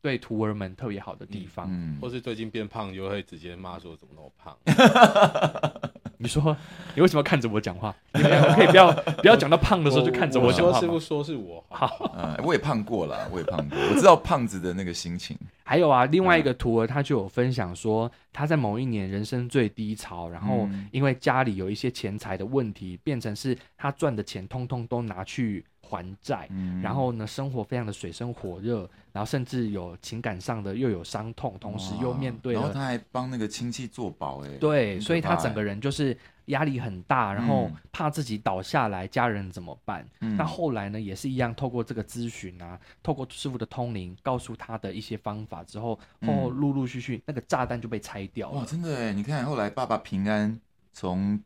Speaker 2: 对徒儿们特别好的地方。
Speaker 4: 嗯
Speaker 3: 或是最近变胖，就会直接骂说怎么那么胖？
Speaker 2: 你说你为什么要看着我讲话？你们两个可以不 要不要讲到胖的时候就看着
Speaker 3: 哦我
Speaker 2: 讲
Speaker 3: 说
Speaker 2: 话
Speaker 3: 师傅
Speaker 2: 吗。
Speaker 3: 说是我好
Speaker 2: 好，
Speaker 4: 呃，我也胖过了，我也胖过，我知道胖子的那个心情。
Speaker 2: 还有啊，另外
Speaker 4: 嗯
Speaker 2: 一个徒儿他就有分享说，他在某一年人生最低潮，然后
Speaker 4: 嗯
Speaker 2: 因为家里有一些钱财的问题，变成是他赚的钱通通都拿去还债，
Speaker 4: 嗯
Speaker 2: 然后呢，生活非常的水深火热，然后甚至有情感上的又有伤痛，同时又面对
Speaker 4: 哇然后
Speaker 2: 了
Speaker 4: 他还帮那个亲戚做保，哎，
Speaker 2: 对，
Speaker 4: 很可
Speaker 2: 所以他
Speaker 4: 怕
Speaker 2: 整个人就是压力很大，然后
Speaker 4: 嗯
Speaker 2: 怕自己倒下来，家人怎么办？
Speaker 4: 嗯
Speaker 2: 那后来呢，也是一样，透过这个咨询啊，透过师傅的通灵，告诉他的一些方法之后，后后
Speaker 4: 嗯
Speaker 2: 陆陆续续那个炸弹就被拆掉
Speaker 4: 哇，
Speaker 2: 了。
Speaker 4: 真的哎，你看后来爸爸平安从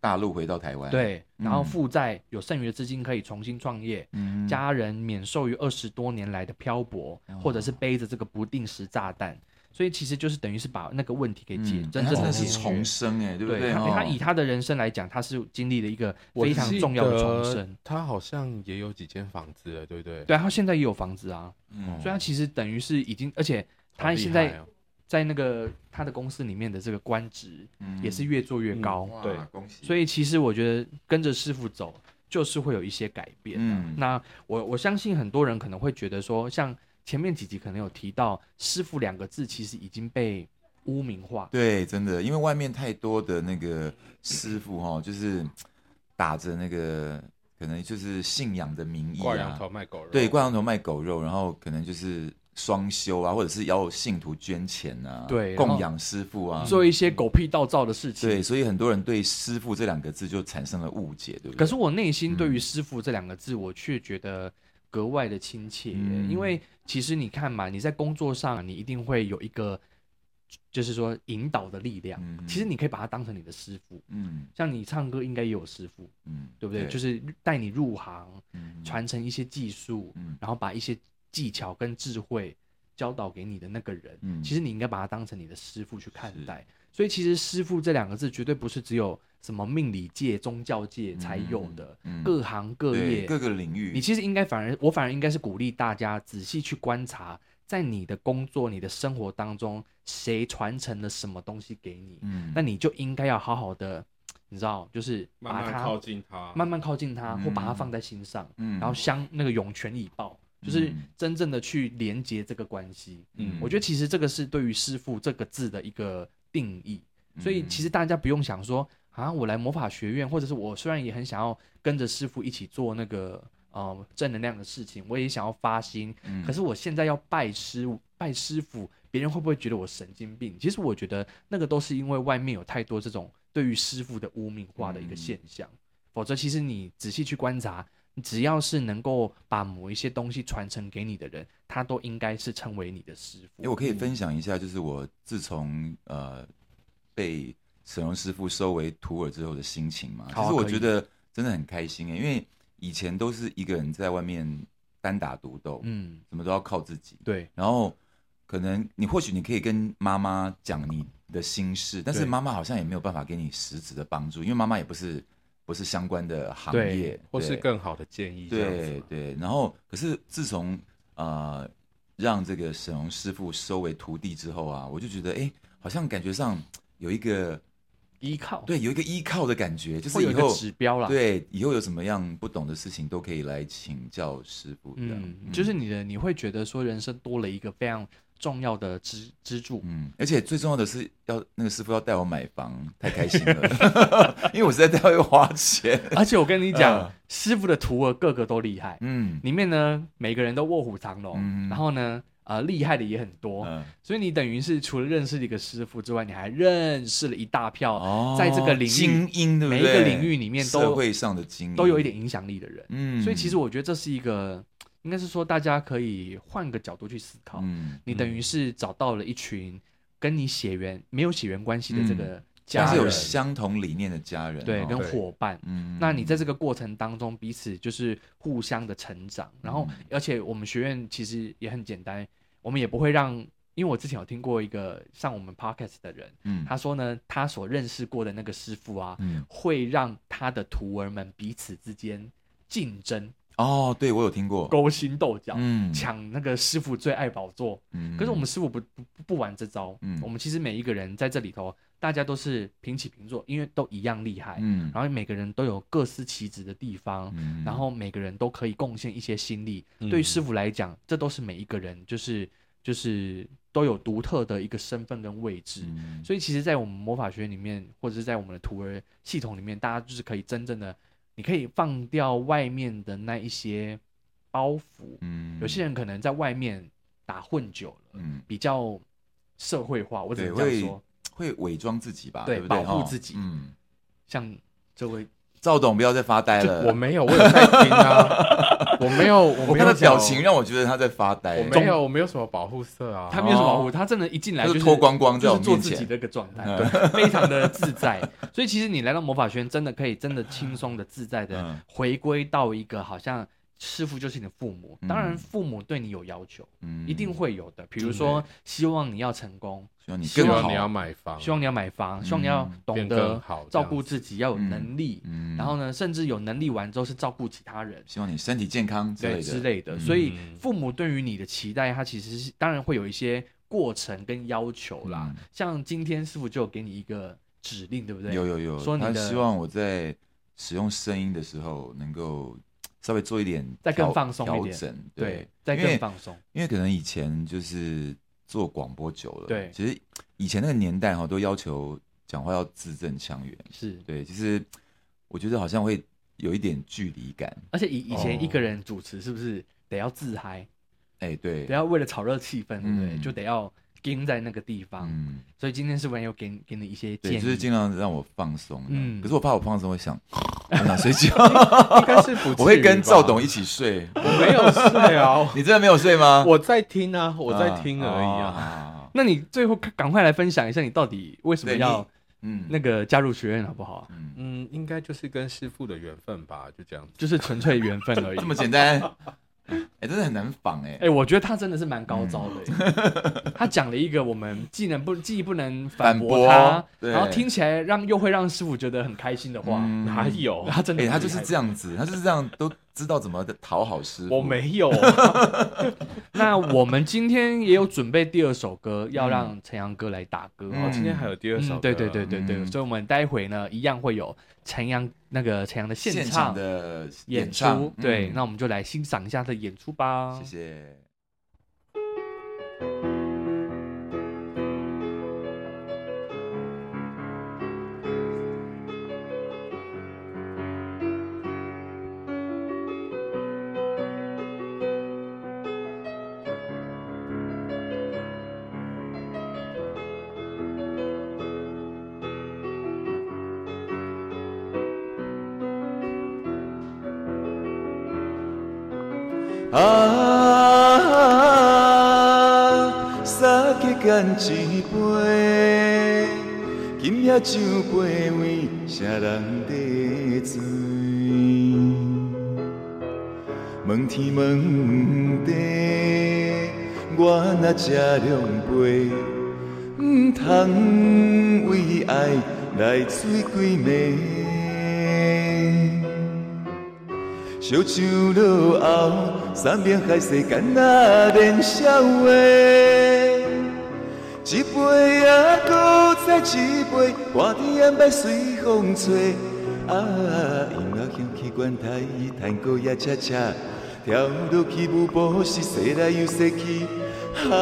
Speaker 4: 大陆回到台湾，，
Speaker 2: 对，
Speaker 4: 嗯
Speaker 2: 然后负债有剩余的资金可以重新创业，
Speaker 4: 嗯
Speaker 2: 家人免受于二十多年来的漂泊，或者是背着这个不定时炸弹，所以其实就是等于是把那个问题给解，
Speaker 4: 嗯
Speaker 2: 真
Speaker 4: 他
Speaker 2: 正
Speaker 4: 真
Speaker 2: 的
Speaker 4: 的
Speaker 2: 解
Speaker 4: 是
Speaker 2: 决
Speaker 4: 重生哎，对不
Speaker 2: 对他
Speaker 4: 哦
Speaker 2: 他以他的人生来讲，他是经历了一个
Speaker 3: 我
Speaker 2: 非常
Speaker 3: 记
Speaker 2: 重要的重
Speaker 3: 得
Speaker 2: 生。
Speaker 3: 他好像也有几间房子了，对不对？
Speaker 2: 对，他现在也有房子啊，
Speaker 4: 嗯
Speaker 2: 所以他其实等于是已经，而且
Speaker 3: 好
Speaker 2: 他
Speaker 3: 厉
Speaker 2: 现
Speaker 3: 害
Speaker 2: 在啊
Speaker 3: 哦
Speaker 2: 在那个他的公司里面的这个官职
Speaker 4: 嗯
Speaker 2: 也是越做越
Speaker 3: 嗯
Speaker 2: 高，
Speaker 4: 哇
Speaker 3: 对
Speaker 4: 恭喜，
Speaker 2: 所以其实我觉得跟着师傅走，就是会有一些改变、啊。
Speaker 4: 嗯
Speaker 2: 那我我相信很多人可能会觉得说，像前面几集可能有提到“师傅”两个字，其实已经被污名化。
Speaker 4: 对，真的，因为外面太多的那个师傅哈，就是打着那个可能就是信仰的名义
Speaker 3: 挂羊
Speaker 4: 啊，
Speaker 3: 头卖狗肉，
Speaker 4: 对，挂羊头卖狗肉，然后可能就是双修啊，或者是要信徒捐钱啊，
Speaker 2: 对然后
Speaker 4: 供养师傅啊，
Speaker 2: 做一些狗屁倒灶的事情。
Speaker 4: 对，所以很多人对“师傅”这两个字就产生了误解，对不对？
Speaker 2: 可是我内心对于“
Speaker 4: 嗯
Speaker 2: 师傅”这两个字，我却觉得格外的亲切耶，
Speaker 4: 嗯
Speaker 2: 因为其实你看嘛，你在工作上，你一定会有一个，就是说引导的力量。
Speaker 4: 嗯
Speaker 2: 其实你可以把它当成你的师傅，
Speaker 4: 嗯
Speaker 2: 像你唱歌应该也有师傅，
Speaker 4: 嗯，
Speaker 2: 对不对？就是带你入行，
Speaker 4: 嗯
Speaker 2: 传承一些技术，
Speaker 4: 嗯
Speaker 2: 然后把一些技巧跟智慧教导给你的那个人，
Speaker 4: 嗯
Speaker 2: 其实你应该把他当成你的师傅去看待。所以其实师傅这两个字绝对不是只有什么命理界、宗教界才有的，
Speaker 4: 嗯嗯
Speaker 2: 各行各
Speaker 4: 对
Speaker 2: 业，
Speaker 4: 各个领域，
Speaker 2: 你其实应该反而，我反而应该是鼓励大家仔细去观察，在你的工作、你的生活当中，谁传承了什么东西给你，
Speaker 4: 嗯
Speaker 2: 那你就应该要好好的，你知道，就是
Speaker 3: 慢
Speaker 2: 把
Speaker 3: 慢
Speaker 2: 它
Speaker 3: 靠近他，
Speaker 2: 慢慢靠近它，或把它
Speaker 4: 嗯
Speaker 2: 放在心上，
Speaker 4: 嗯
Speaker 2: 然后相那个涌泉以报，就是
Speaker 4: 嗯
Speaker 2: 真正的去连接这个关系。
Speaker 3: 嗯
Speaker 2: 我觉得其实这个是对于“师傅”这个字的一个定义，所以其实大家不用想说啊，我来魔法学院，或者是我虽然也很想要跟着师傅一起做那个呃正能量的事情，我也想要发心，
Speaker 4: 嗯
Speaker 2: 可是我现在要拜师拜师傅，别人会不会觉得我神经病？其实我觉得那个都是因为外面有太多这种对于师傅的污名化的一个现象，
Speaker 4: 嗯
Speaker 2: 否则其实你仔细去观察。只要是能够把某一些东西传承给你的人，他都应该是称为你的师
Speaker 4: 哎、
Speaker 2: 傅。
Speaker 4: 我可以分享一下，就是我自从呃被沈荣师傅收为徒儿之后的心情嘛。
Speaker 2: 好啊
Speaker 4: 其实我
Speaker 2: 可以
Speaker 4: 觉得真的很开心哎、因为以前都是一个人在外面单打独斗，
Speaker 2: 嗯，
Speaker 4: 什么都要靠自己。
Speaker 2: 对，
Speaker 4: 然后可能你或许你可以跟妈妈讲你的心事，但是
Speaker 2: 对
Speaker 4: 妈妈好像也没有办法给你实质的帮助，因为妈妈也不是不是相关的行
Speaker 2: 对
Speaker 4: 业，
Speaker 3: 或是
Speaker 4: 对
Speaker 3: 更好的建议这样子
Speaker 4: 对
Speaker 3: 嘛。
Speaker 4: 对，然后可是自从呃让这个沈荣师傅收为徒弟之后啊，我就觉得哎，诶好像感觉上有一个
Speaker 2: 依靠，，
Speaker 4: 对有一个依靠的感觉，就是
Speaker 2: 会有一
Speaker 4: 以
Speaker 2: 个
Speaker 4: 后
Speaker 2: 指标啦。，
Speaker 4: 对以后有什么样不懂的事情都可以来请教师傅这样。
Speaker 2: 嗯，就是你的，你会觉得说人生多了一个非常重要的支支柱。
Speaker 4: 嗯，而且最重要的是要那个师傅要带我买房，太开心了， 因为我实在太会花钱。
Speaker 2: 而且我跟你讲，
Speaker 4: 嗯
Speaker 2: 师傅的徒儿个个都厉害，
Speaker 4: 嗯
Speaker 2: 里面呢每个人都卧虎藏龙，
Speaker 4: 嗯
Speaker 2: 然后呢。呃厉害的也很多，
Speaker 4: 嗯
Speaker 2: 所以你等于是除了认识了一个师傅之外，你还认识了一大票
Speaker 4: 哦，
Speaker 2: 在这个领域
Speaker 4: 精英，对不对？
Speaker 2: 每一个领域里面都
Speaker 4: 社会上的精英
Speaker 2: 都有一点，影响力的人。
Speaker 4: 嗯
Speaker 2: 所以其实我觉得这是一个，应该是说大家可以换个角度去思考，
Speaker 4: 嗯，
Speaker 2: 你等于是找到了一群跟你血缘没有血缘关系的这个
Speaker 4: 但
Speaker 2: 家
Speaker 4: 嗯是
Speaker 2: 人，
Speaker 4: 有相同理念的家人，
Speaker 2: 对，
Speaker 4: 哦
Speaker 2: 跟
Speaker 3: 对
Speaker 2: 伙伴。
Speaker 4: 嗯
Speaker 2: 那你在这个过程当中，彼此就是互相的成长，
Speaker 4: 嗯
Speaker 2: 然后而且我们学院其实也很简单，我们也不会让，因为我之前有听过一个上我们 podcast 的人，
Speaker 4: 嗯
Speaker 2: 他说呢，他所认识过的那个师傅啊，
Speaker 4: 嗯
Speaker 2: 会让他的徒儿们彼此之间竞争、
Speaker 4: 哦，对我有听过，
Speaker 2: 勾心斗角，
Speaker 4: 嗯
Speaker 2: 抢那个师傅最爱宝座。
Speaker 4: 嗯
Speaker 2: 可是我们师傅不不不玩这招，
Speaker 4: 嗯
Speaker 2: 我们其实每一个人在这里头，大家都是平起平坐，因为都一样厉害，
Speaker 4: 嗯
Speaker 2: 然后每个人都有各司其职的地方，
Speaker 4: 嗯
Speaker 2: 然后每个人都可以贡献一些心力。对于师傅来讲，这都是每一个人就是就是都有独特的一个身份跟位置。
Speaker 4: 嗯
Speaker 2: 所以其实，在我们魔法学院里面，或者是在我们的徒儿系统里面，大家就是可以真正的，你可以放掉外面的那一些包袱。
Speaker 4: 嗯
Speaker 2: 有些人可能在外面打混久了，
Speaker 4: 嗯
Speaker 2: 比较社会化，我只
Speaker 4: 对
Speaker 2: 能这样
Speaker 4: 会
Speaker 2: 说。
Speaker 4: 会伪装自己吧，
Speaker 2: 对
Speaker 4: 对不对
Speaker 2: 保护
Speaker 4: 哦
Speaker 2: 自己
Speaker 4: 嗯，
Speaker 2: 像这位
Speaker 4: 赵董不要再发呆了，
Speaker 3: 我没有，我有在听 啊，我没有，我
Speaker 4: 我
Speaker 3: 没有
Speaker 4: 看 他表
Speaker 3: 想
Speaker 4: 情，让我觉得他在发呆，欸
Speaker 3: 我没有，我没有什么保护色啊，
Speaker 2: 他没有什么保护，他真的一进来
Speaker 4: 哦他
Speaker 2: 就是
Speaker 4: 脱光光在
Speaker 2: 就
Speaker 4: 我
Speaker 2: 是做
Speaker 4: 面
Speaker 2: 自
Speaker 4: 前嗯
Speaker 2: 己的一个状态，对， 非常的自在。所以其实你来到魔法学院，真的可以真的轻松的、自在的
Speaker 4: 嗯
Speaker 2: 回归到一个好像师傅就是你的父母。当然，父母对你有要求，
Speaker 4: 嗯
Speaker 2: 一定，会有的。比如说，希望你要成功，
Speaker 4: 希望你
Speaker 2: 希
Speaker 4: 更
Speaker 3: 希
Speaker 2: 望
Speaker 3: 望
Speaker 4: 好
Speaker 3: 你，要买房，
Speaker 2: 希望你要买房，希望你要懂
Speaker 3: 变
Speaker 2: 得
Speaker 3: 更好
Speaker 2: 照顾自己，要有
Speaker 4: 嗯
Speaker 2: 能力。
Speaker 4: 嗯
Speaker 2: 然后呢，甚至有能力完之后是照顾其他人。
Speaker 4: 希望你身体健康之类
Speaker 2: 对
Speaker 4: 的
Speaker 2: 之类的。所以
Speaker 3: 嗯
Speaker 2: 父母对于你的期待，他其实是当然会有一些过程跟要求啦。
Speaker 4: 嗯
Speaker 2: 像今天师傅就有给你一个指令，对不对？
Speaker 4: 有有有，
Speaker 2: 说你
Speaker 4: 他
Speaker 2: 的
Speaker 4: 希望我在使用声音的时候能够稍微做一点
Speaker 2: 再更
Speaker 4: 调
Speaker 2: 放松一
Speaker 4: 调
Speaker 2: 点
Speaker 4: 整，
Speaker 2: 对
Speaker 4: 对，，
Speaker 2: 再
Speaker 4: 因
Speaker 2: 更
Speaker 4: 为
Speaker 2: 放松。
Speaker 4: 因为可能以前就是做广播久了，
Speaker 2: 对
Speaker 4: 其实以前那个年代哈都要求讲话要字正腔圆，
Speaker 2: 是，
Speaker 4: 对，其实我觉得好像会有一点距离感，
Speaker 2: 而且以以前
Speaker 3: 哦
Speaker 2: 一个人主持是不是得要自嗨，
Speaker 4: 哎，对
Speaker 2: 得，要为了炒热气氛，对不对？
Speaker 4: 嗯
Speaker 2: 就得要盯在那个地方。
Speaker 4: 嗯，
Speaker 2: 所以今天师傅也有给你给你一些建
Speaker 4: 对，
Speaker 2: 议，
Speaker 4: 就是尽量让我放松，
Speaker 2: 嗯
Speaker 4: 嗯，可是我怕我放松 会想我想睡觉，
Speaker 3: 应该是不，
Speaker 4: 我会跟赵董，一起睡，
Speaker 3: 我没有睡 啊，
Speaker 4: 你真的没有睡吗？
Speaker 3: 我在听啊，我在听而已
Speaker 4: 啊
Speaker 3: 啊，
Speaker 4: 啊，
Speaker 2: 那你最后赶赶快来分享一下你到底为什么
Speaker 4: 对
Speaker 2: 要
Speaker 4: 你嗯
Speaker 2: 那个加入学院好不好？
Speaker 4: 嗯。
Speaker 3: 嗯，应该就是跟师傅的缘分吧，就这样子。
Speaker 2: 就是纯粹缘分 而已
Speaker 4: 这。么简单？哎、真的很难仿哎、
Speaker 2: 哎、我觉得他真的是蛮
Speaker 4: 嗯
Speaker 2: 高招的耶。他讲了一个我们既能不既不能反驳
Speaker 4: 反
Speaker 2: 他
Speaker 4: 驳，对
Speaker 2: 然后听起来让又会让师傅觉得很开心的话，
Speaker 4: 嗯
Speaker 3: 哪 有？
Speaker 2: 他真
Speaker 4: 哎、
Speaker 2: 的、
Speaker 4: 他就是这
Speaker 2: 样。
Speaker 4: 样子，他就是这样都知道怎么讨好师傅。
Speaker 3: 我没 有啊，
Speaker 2: 那我们今天也有准备第二首歌，要让陈阳哥来打歌
Speaker 4: 嗯
Speaker 2: 哦。
Speaker 3: 今天还有第二首歌，啊
Speaker 2: 嗯，对对对对对，
Speaker 4: 嗯
Speaker 2: 所以我们待会呢一样会有陈阳那个陈阳的
Speaker 4: 现
Speaker 2: 唱
Speaker 4: 场的
Speaker 2: 演出，
Speaker 4: 唱
Speaker 2: 对，
Speaker 4: 嗯
Speaker 2: 那我们就来欣赏一下他的演出吧。
Speaker 4: 谢谢。
Speaker 5: 啊，三去干一杯，今夜酒杯为谁人在醉？问天问地，我若吃两杯，毋通为爱来醉几暝。烧酒落喉，三遍海誓间啊连笑话。一杯啊，搁再一杯，寒天暗捌随风吹。啊，音乐响起管台，弹鼓也恰恰，跳落啊去舞步是西来又西去。啊，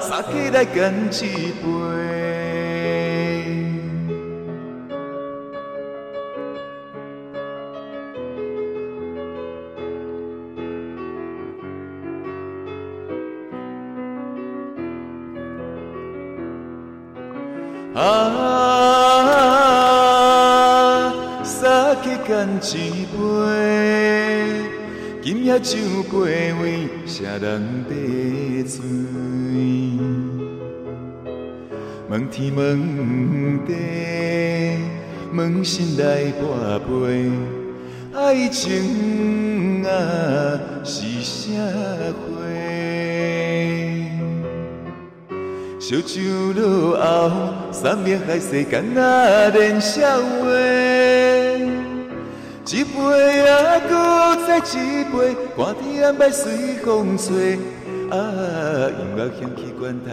Speaker 5: 三起来干一杯。啊，三去干一杯，今夜酒过位，谁人白醉？问天问地，问心来破杯，爱情啊是啥货？烧酒落喉，三面海誓间啊连笑话。一杯啊，搁再一杯，寒天暗暝随风吹。啊，音乐响起管台，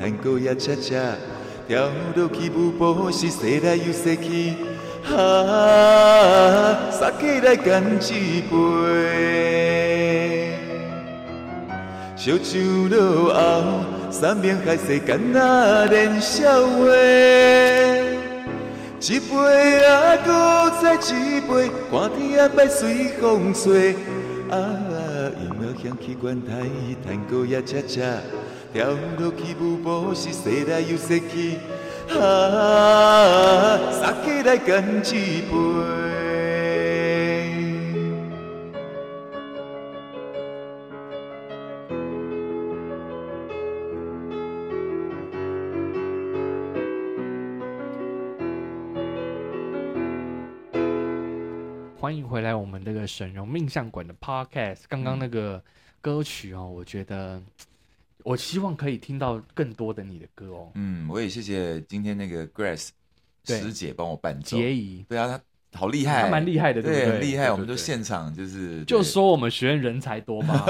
Speaker 5: 探戈也恰恰，跳落去舞步是西来又西去。啊，三起来干一杯。烧酒落喉，三面海誓间啊连笑话。一杯啊，搁再一杯，寒天啊，别随风吹。啊，音乐响起原台，探戈也恰恰，跳落去舞步是西来又西去。啊，三起来干一杯。
Speaker 2: 欢迎回来，我们这个沈荣命相馆的 podcast。刚刚那
Speaker 4: 嗯
Speaker 2: 个歌曲哦，我觉得我希望可以听到更多的你的歌哦。
Speaker 4: 嗯，我也谢谢今天那个 Grace
Speaker 2: 对
Speaker 4: 师姐帮我伴奏。
Speaker 2: 杰怡，
Speaker 4: 对啊，她好厉害，
Speaker 2: 她蛮厉害的对不
Speaker 4: 对，
Speaker 2: 对
Speaker 4: 很厉
Speaker 2: 对对
Speaker 4: 害。
Speaker 2: 对
Speaker 4: 我们就现场就 是，
Speaker 2: 就
Speaker 4: 对
Speaker 2: 说我们学院人才多嘛，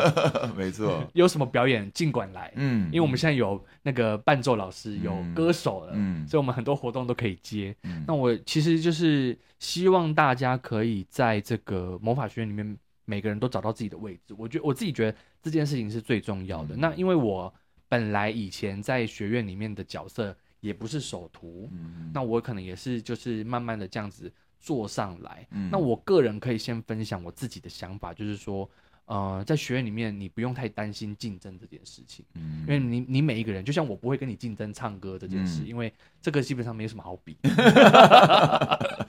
Speaker 4: 没错，
Speaker 2: 有什么表演尽管来。
Speaker 4: 嗯，
Speaker 2: 因为我们现在有那个伴奏老师，有
Speaker 4: 嗯
Speaker 2: 歌手了，
Speaker 4: 嗯
Speaker 2: 所以我们很多活动都可以接。
Speaker 4: 嗯
Speaker 2: 那我其实就是希望大家可以在这个魔法学院里面，每个人都找到自己的位置。我觉我自己觉得这件事情是最重要的。
Speaker 4: 嗯
Speaker 2: 那因为我本来以前在学院里面的角色也不是首徒，
Speaker 4: 嗯
Speaker 2: 那我可能也是就是慢慢的这样子做上来。
Speaker 4: 嗯
Speaker 2: 那我个人可以先分享我自己的想法，就是说，呃，在学院里面你不用太担心竞争这件事情。
Speaker 4: 嗯
Speaker 2: 因为你你每一个人，就像我不会跟你竞争唱歌这件事，
Speaker 4: 嗯
Speaker 2: 因为这个基本上没什么好比，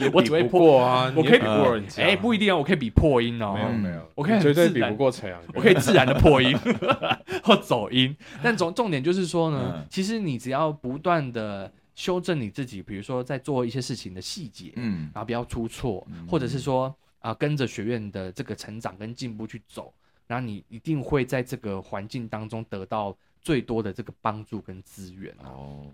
Speaker 3: 也
Speaker 2: 我
Speaker 3: 比
Speaker 2: 只会
Speaker 3: 不
Speaker 2: 破
Speaker 3: 过啊，
Speaker 2: 我
Speaker 3: 你
Speaker 2: 可
Speaker 3: 也
Speaker 2: 以
Speaker 3: 比不过人家。
Speaker 2: 哎、不一定啊，我可以比破音哦
Speaker 3: 没，有
Speaker 4: 嗯
Speaker 3: 没有，
Speaker 2: 我可以很
Speaker 3: 绝对
Speaker 2: 自
Speaker 3: 比
Speaker 2: 然
Speaker 3: 不过陈阳哥，
Speaker 2: 我可以自然的破音或走音，但总重点就是说呢，
Speaker 4: 嗯
Speaker 2: 其实你只要不断的修正你自己，比如说在做一些事情的细节，
Speaker 4: 嗯
Speaker 2: 然后不要出错，或者是说啊、跟着学院的这个成长跟进步去走，然后你一定会在这个环境当中得到最多的这个帮助跟资源啊。
Speaker 4: 哦，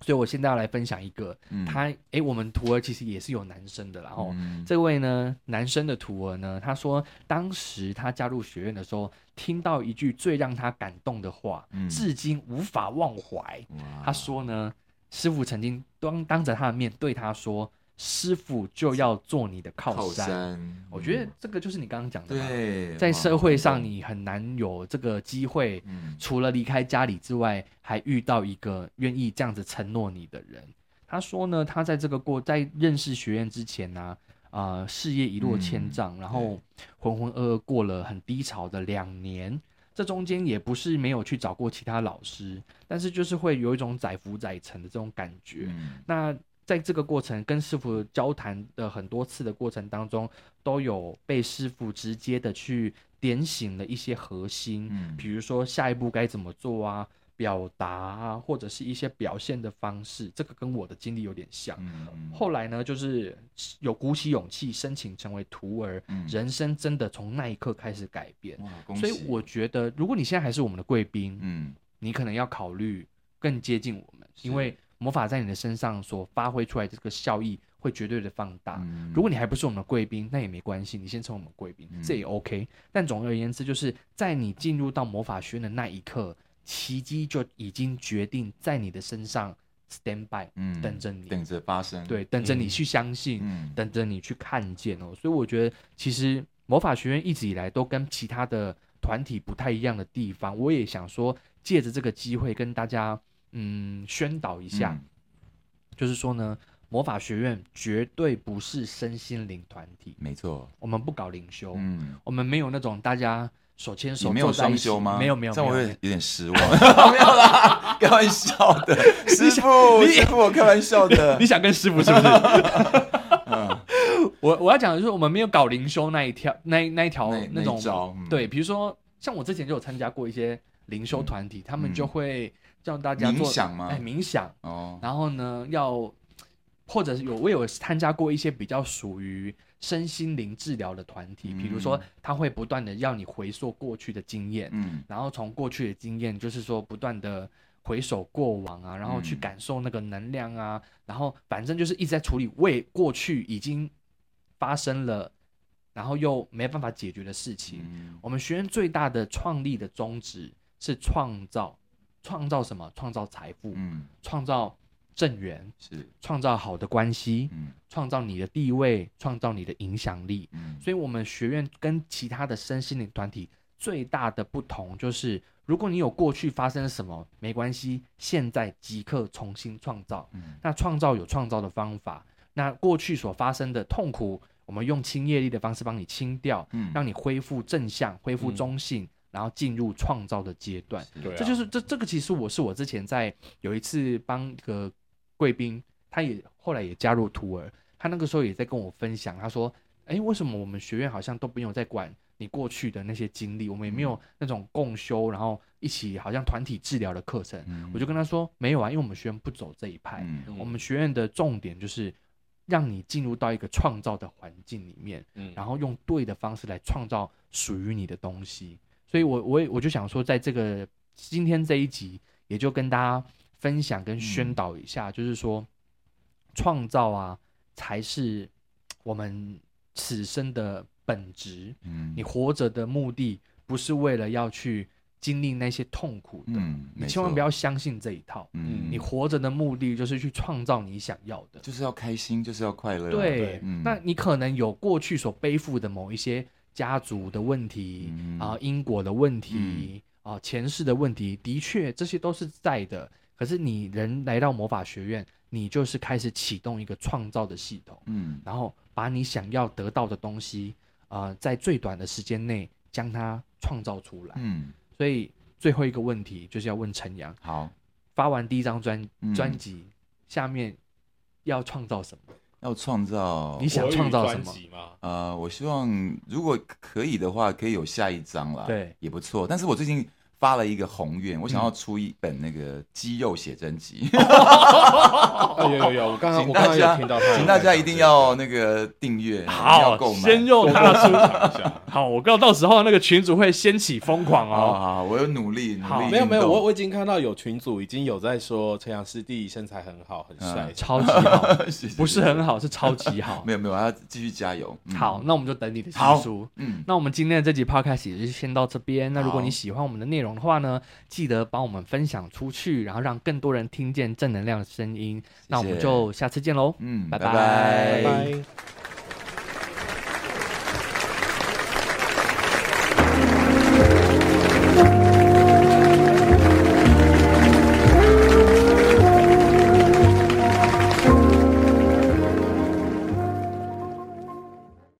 Speaker 2: 所以我现在要来分享一个，
Speaker 4: 嗯
Speaker 2: 他诶，我们徒儿其实也是有男生的啦哦。
Speaker 4: 嗯
Speaker 2: 这位呢，男生的徒儿呢，他说当时他加入学院的时候，听到一句最让他感动的话，
Speaker 4: 嗯
Speaker 2: 至今无法忘怀。
Speaker 4: 哇
Speaker 2: 他说呢，师傅曾经当当着他的面对他说：“师傅就要做你的靠山。
Speaker 4: 靠山，
Speaker 2: 我觉得这个就是你刚刚讲的嘛，
Speaker 4: 对，
Speaker 2: 在
Speaker 4: 哇
Speaker 2: 社会上你很难有这个机会，
Speaker 4: 嗯
Speaker 2: 除了离开家里之外，还遇到一个愿意这样子承诺你的人。他说呢，他在这个过在认识学院之前呢、啊，呃，事业一落千丈，然后浑浑噩噩过了很低潮的两年。这中间也不是没有去找过其他老师，但是就是会有一种载浮载沉的这种感觉。
Speaker 4: 嗯
Speaker 2: 那在这个过程跟师傅交谈的很多次的过程当中，都有被师傅直接的去点醒了一些核心，
Speaker 4: 嗯
Speaker 2: 比如说下一步该怎么做啊，表达啊，或者是一些表现的方式，这个跟我的经历有点像。
Speaker 4: 嗯
Speaker 2: 后来呢，就是有鼓起勇气申请成为徒儿，
Speaker 4: 嗯
Speaker 2: 人生真的从那一刻开始改变。
Speaker 4: 哇，恭
Speaker 2: 所以
Speaker 4: 喜
Speaker 2: 我觉得，如果你现在还是我们的贵宾，
Speaker 4: 嗯
Speaker 2: 你可能要考虑更接近我们，因为魔法在你的身上所发挥出来的这个效益会绝对的放大。
Speaker 4: 嗯
Speaker 2: 啊如果你还不是我们的贵宾，那也没关系，你先成为我们贵宾，
Speaker 4: 嗯
Speaker 2: 这也 OK。但总而言之，就是在你进入到魔法学院的那一刻，奇迹就已经决定在你的身上 stand by，、
Speaker 4: 嗯
Speaker 2: 等着你
Speaker 4: 等着发生，
Speaker 2: 对，等着你去相信，
Speaker 4: 嗯，
Speaker 2: 等着你去看见哦。所以我觉得，其实魔法学院一直以来都跟其他的团体不太一样的地方，我也想说，借着这个机会跟大家嗯宣导一下，
Speaker 4: 嗯
Speaker 2: 就是说呢，魔法学院绝对不是身心灵团体，
Speaker 4: 没错，
Speaker 2: 我们不搞灵修，
Speaker 4: 嗯，
Speaker 2: 我们没有那种大家手牵
Speaker 4: 你
Speaker 2: 手
Speaker 4: 没有
Speaker 2: 坐在一
Speaker 4: 双
Speaker 2: 起
Speaker 4: 休吗？
Speaker 2: 没有没有，
Speaker 4: 这样我
Speaker 2: 没
Speaker 4: 会
Speaker 2: 有
Speaker 4: 有点失望。 没有啦，开玩笑的，师傅，师傅，我开玩笑 的
Speaker 2: 你。想跟师傅是不是？
Speaker 4: 嗯
Speaker 2: 我我要讲的就是我们没有搞灵修那一条那一那一条
Speaker 4: 那那一
Speaker 2: 种
Speaker 4: 招嗯
Speaker 2: 对，比如说像我之前就有参加过一些灵修团体，他们就会叫大家做
Speaker 4: 嗯冥想吗
Speaker 2: 哎，冥想，
Speaker 4: 哦，
Speaker 2: 然后呢要或者是有我有参加过一些比较属于身心灵治疗的团体，比如说
Speaker 4: 嗯
Speaker 2: 他会不断的要你回溯过去的经验，
Speaker 4: 嗯，
Speaker 2: 然后从过去的经验，就是说不断的回首过往啊，然后去
Speaker 4: 嗯
Speaker 2: 感受那个能量啊，然后反正就是一直在处理为过去已经发生了，然后又没办法解决的事情。
Speaker 4: 嗯
Speaker 2: 我们学院最大的创立的宗旨是创造，创造什么？创造财富，
Speaker 4: 嗯，
Speaker 2: 创造正缘，
Speaker 4: 是，
Speaker 2: 创造好的关系，
Speaker 4: 嗯
Speaker 2: 创造你的地位，创造你的影响力。
Speaker 4: 嗯，
Speaker 2: 所以我们学院跟其他的身心灵团体最大的不同就是，如果你有过去发生什么，没关系，现在即刻重新创造。
Speaker 4: 嗯
Speaker 2: 那创造有创造的方法，那过去所发生的痛苦，我们用清业力的方式帮你清掉，
Speaker 4: 嗯
Speaker 2: 让你恢复正向，恢复
Speaker 3: 嗯
Speaker 2: 中性，然后进入创造的阶段。
Speaker 3: 对啊，
Speaker 2: 这就是这这个其实我是我之前在有一次帮一个贵宾，他也后来也加入徒儿，他那个时候也在跟我分享，他说：“哎，为什么我们学院好像都没有在管你过去的那些经历，我
Speaker 3: 嗯
Speaker 2: 们也没有那种共修，然后一起好像团体治疗的课程？”
Speaker 4: 嗯
Speaker 2: 我就跟他说：“没有啊，因为我们学院不走这一派，
Speaker 4: 嗯
Speaker 2: 我们学院的重点就是让你进入到一个创造的环境里面，
Speaker 3: 嗯
Speaker 2: 然后用对的方式来创造属于你的东西。所以我，我也我就想说，在这个今天这一集，也就跟大家分享跟
Speaker 4: 嗯
Speaker 2: 宣导一下，就是说，创造啊，才是我们此生的本质。
Speaker 4: 嗯
Speaker 2: 你活着的目的，不是为了要去经历那些痛苦的，
Speaker 4: 嗯，
Speaker 2: 你
Speaker 4: 没
Speaker 2: 千万
Speaker 4: 错
Speaker 2: 不要，相信这一套。
Speaker 4: 嗯，
Speaker 2: 你活着的目的就是去创造你想要的。
Speaker 4: 就是要开心，就是要快乐啊，
Speaker 2: 对，
Speaker 4: 嗯
Speaker 2: 那你可能有过去所背负的某一些家族的问题
Speaker 4: 嗯
Speaker 2: 啊、因果的问题啊、前世的问题，的确这些都是在的。可是你人来到魔法学院，你就是开始启动一个创造的系统，
Speaker 4: 嗯，
Speaker 2: 然后把你想要得到的东西，啊，在最短的时间内将它创造出来。
Speaker 4: 嗯，
Speaker 2: 所以最后一个问题就是要问陈阳，
Speaker 4: 好，
Speaker 2: 发完第一张专
Speaker 4: 嗯
Speaker 2: 专辑，下面要创造什么？
Speaker 4: 要创造
Speaker 2: 你想
Speaker 3: 哦国语
Speaker 2: 创造什么
Speaker 3: 专辑 吗？
Speaker 4: 呃，我希望如果可以的话，可以有下一张啦，
Speaker 2: 对，
Speaker 4: 也不错。但是我最近发了一个宏愿，我想
Speaker 3: 嗯
Speaker 4: 要出一本那个肌肉写真集，
Speaker 3: 哦啊，有有有，我刚刚
Speaker 4: 请
Speaker 3: 我刚
Speaker 4: 大
Speaker 3: 刚有
Speaker 4: 家
Speaker 3: 听到他有在讲这个，
Speaker 4: 请大家一定要那个订阅，要购买。
Speaker 2: 用他的出
Speaker 3: 讲一 下。
Speaker 2: 好，我告到时候那个群主会掀起疯狂哦
Speaker 4: 好好，好我有努力，努
Speaker 2: 好
Speaker 4: 力
Speaker 3: 没有没有，
Speaker 4: 运动
Speaker 3: 我我已经看到有群主已经有在说陈阳师弟身材很好，很帅。
Speaker 2: 嗯超级好，
Speaker 4: 谢谢
Speaker 2: 不是很好，是超级好
Speaker 4: 没。有没有，我要继续加油。嗯，
Speaker 2: 好，那我们就等你的新书。
Speaker 4: 嗯，
Speaker 2: 那我们今天的这集 podcast 也就先到这边。那如果
Speaker 4: 好
Speaker 2: 你喜欢我们的内容的话呢，记得帮我们分享出去，然后让更多人听见正能量的声音。那我们就下次见喽。
Speaker 4: 嗯，
Speaker 2: 拜
Speaker 4: 拜
Speaker 2: 拜
Speaker 3: 拜拜。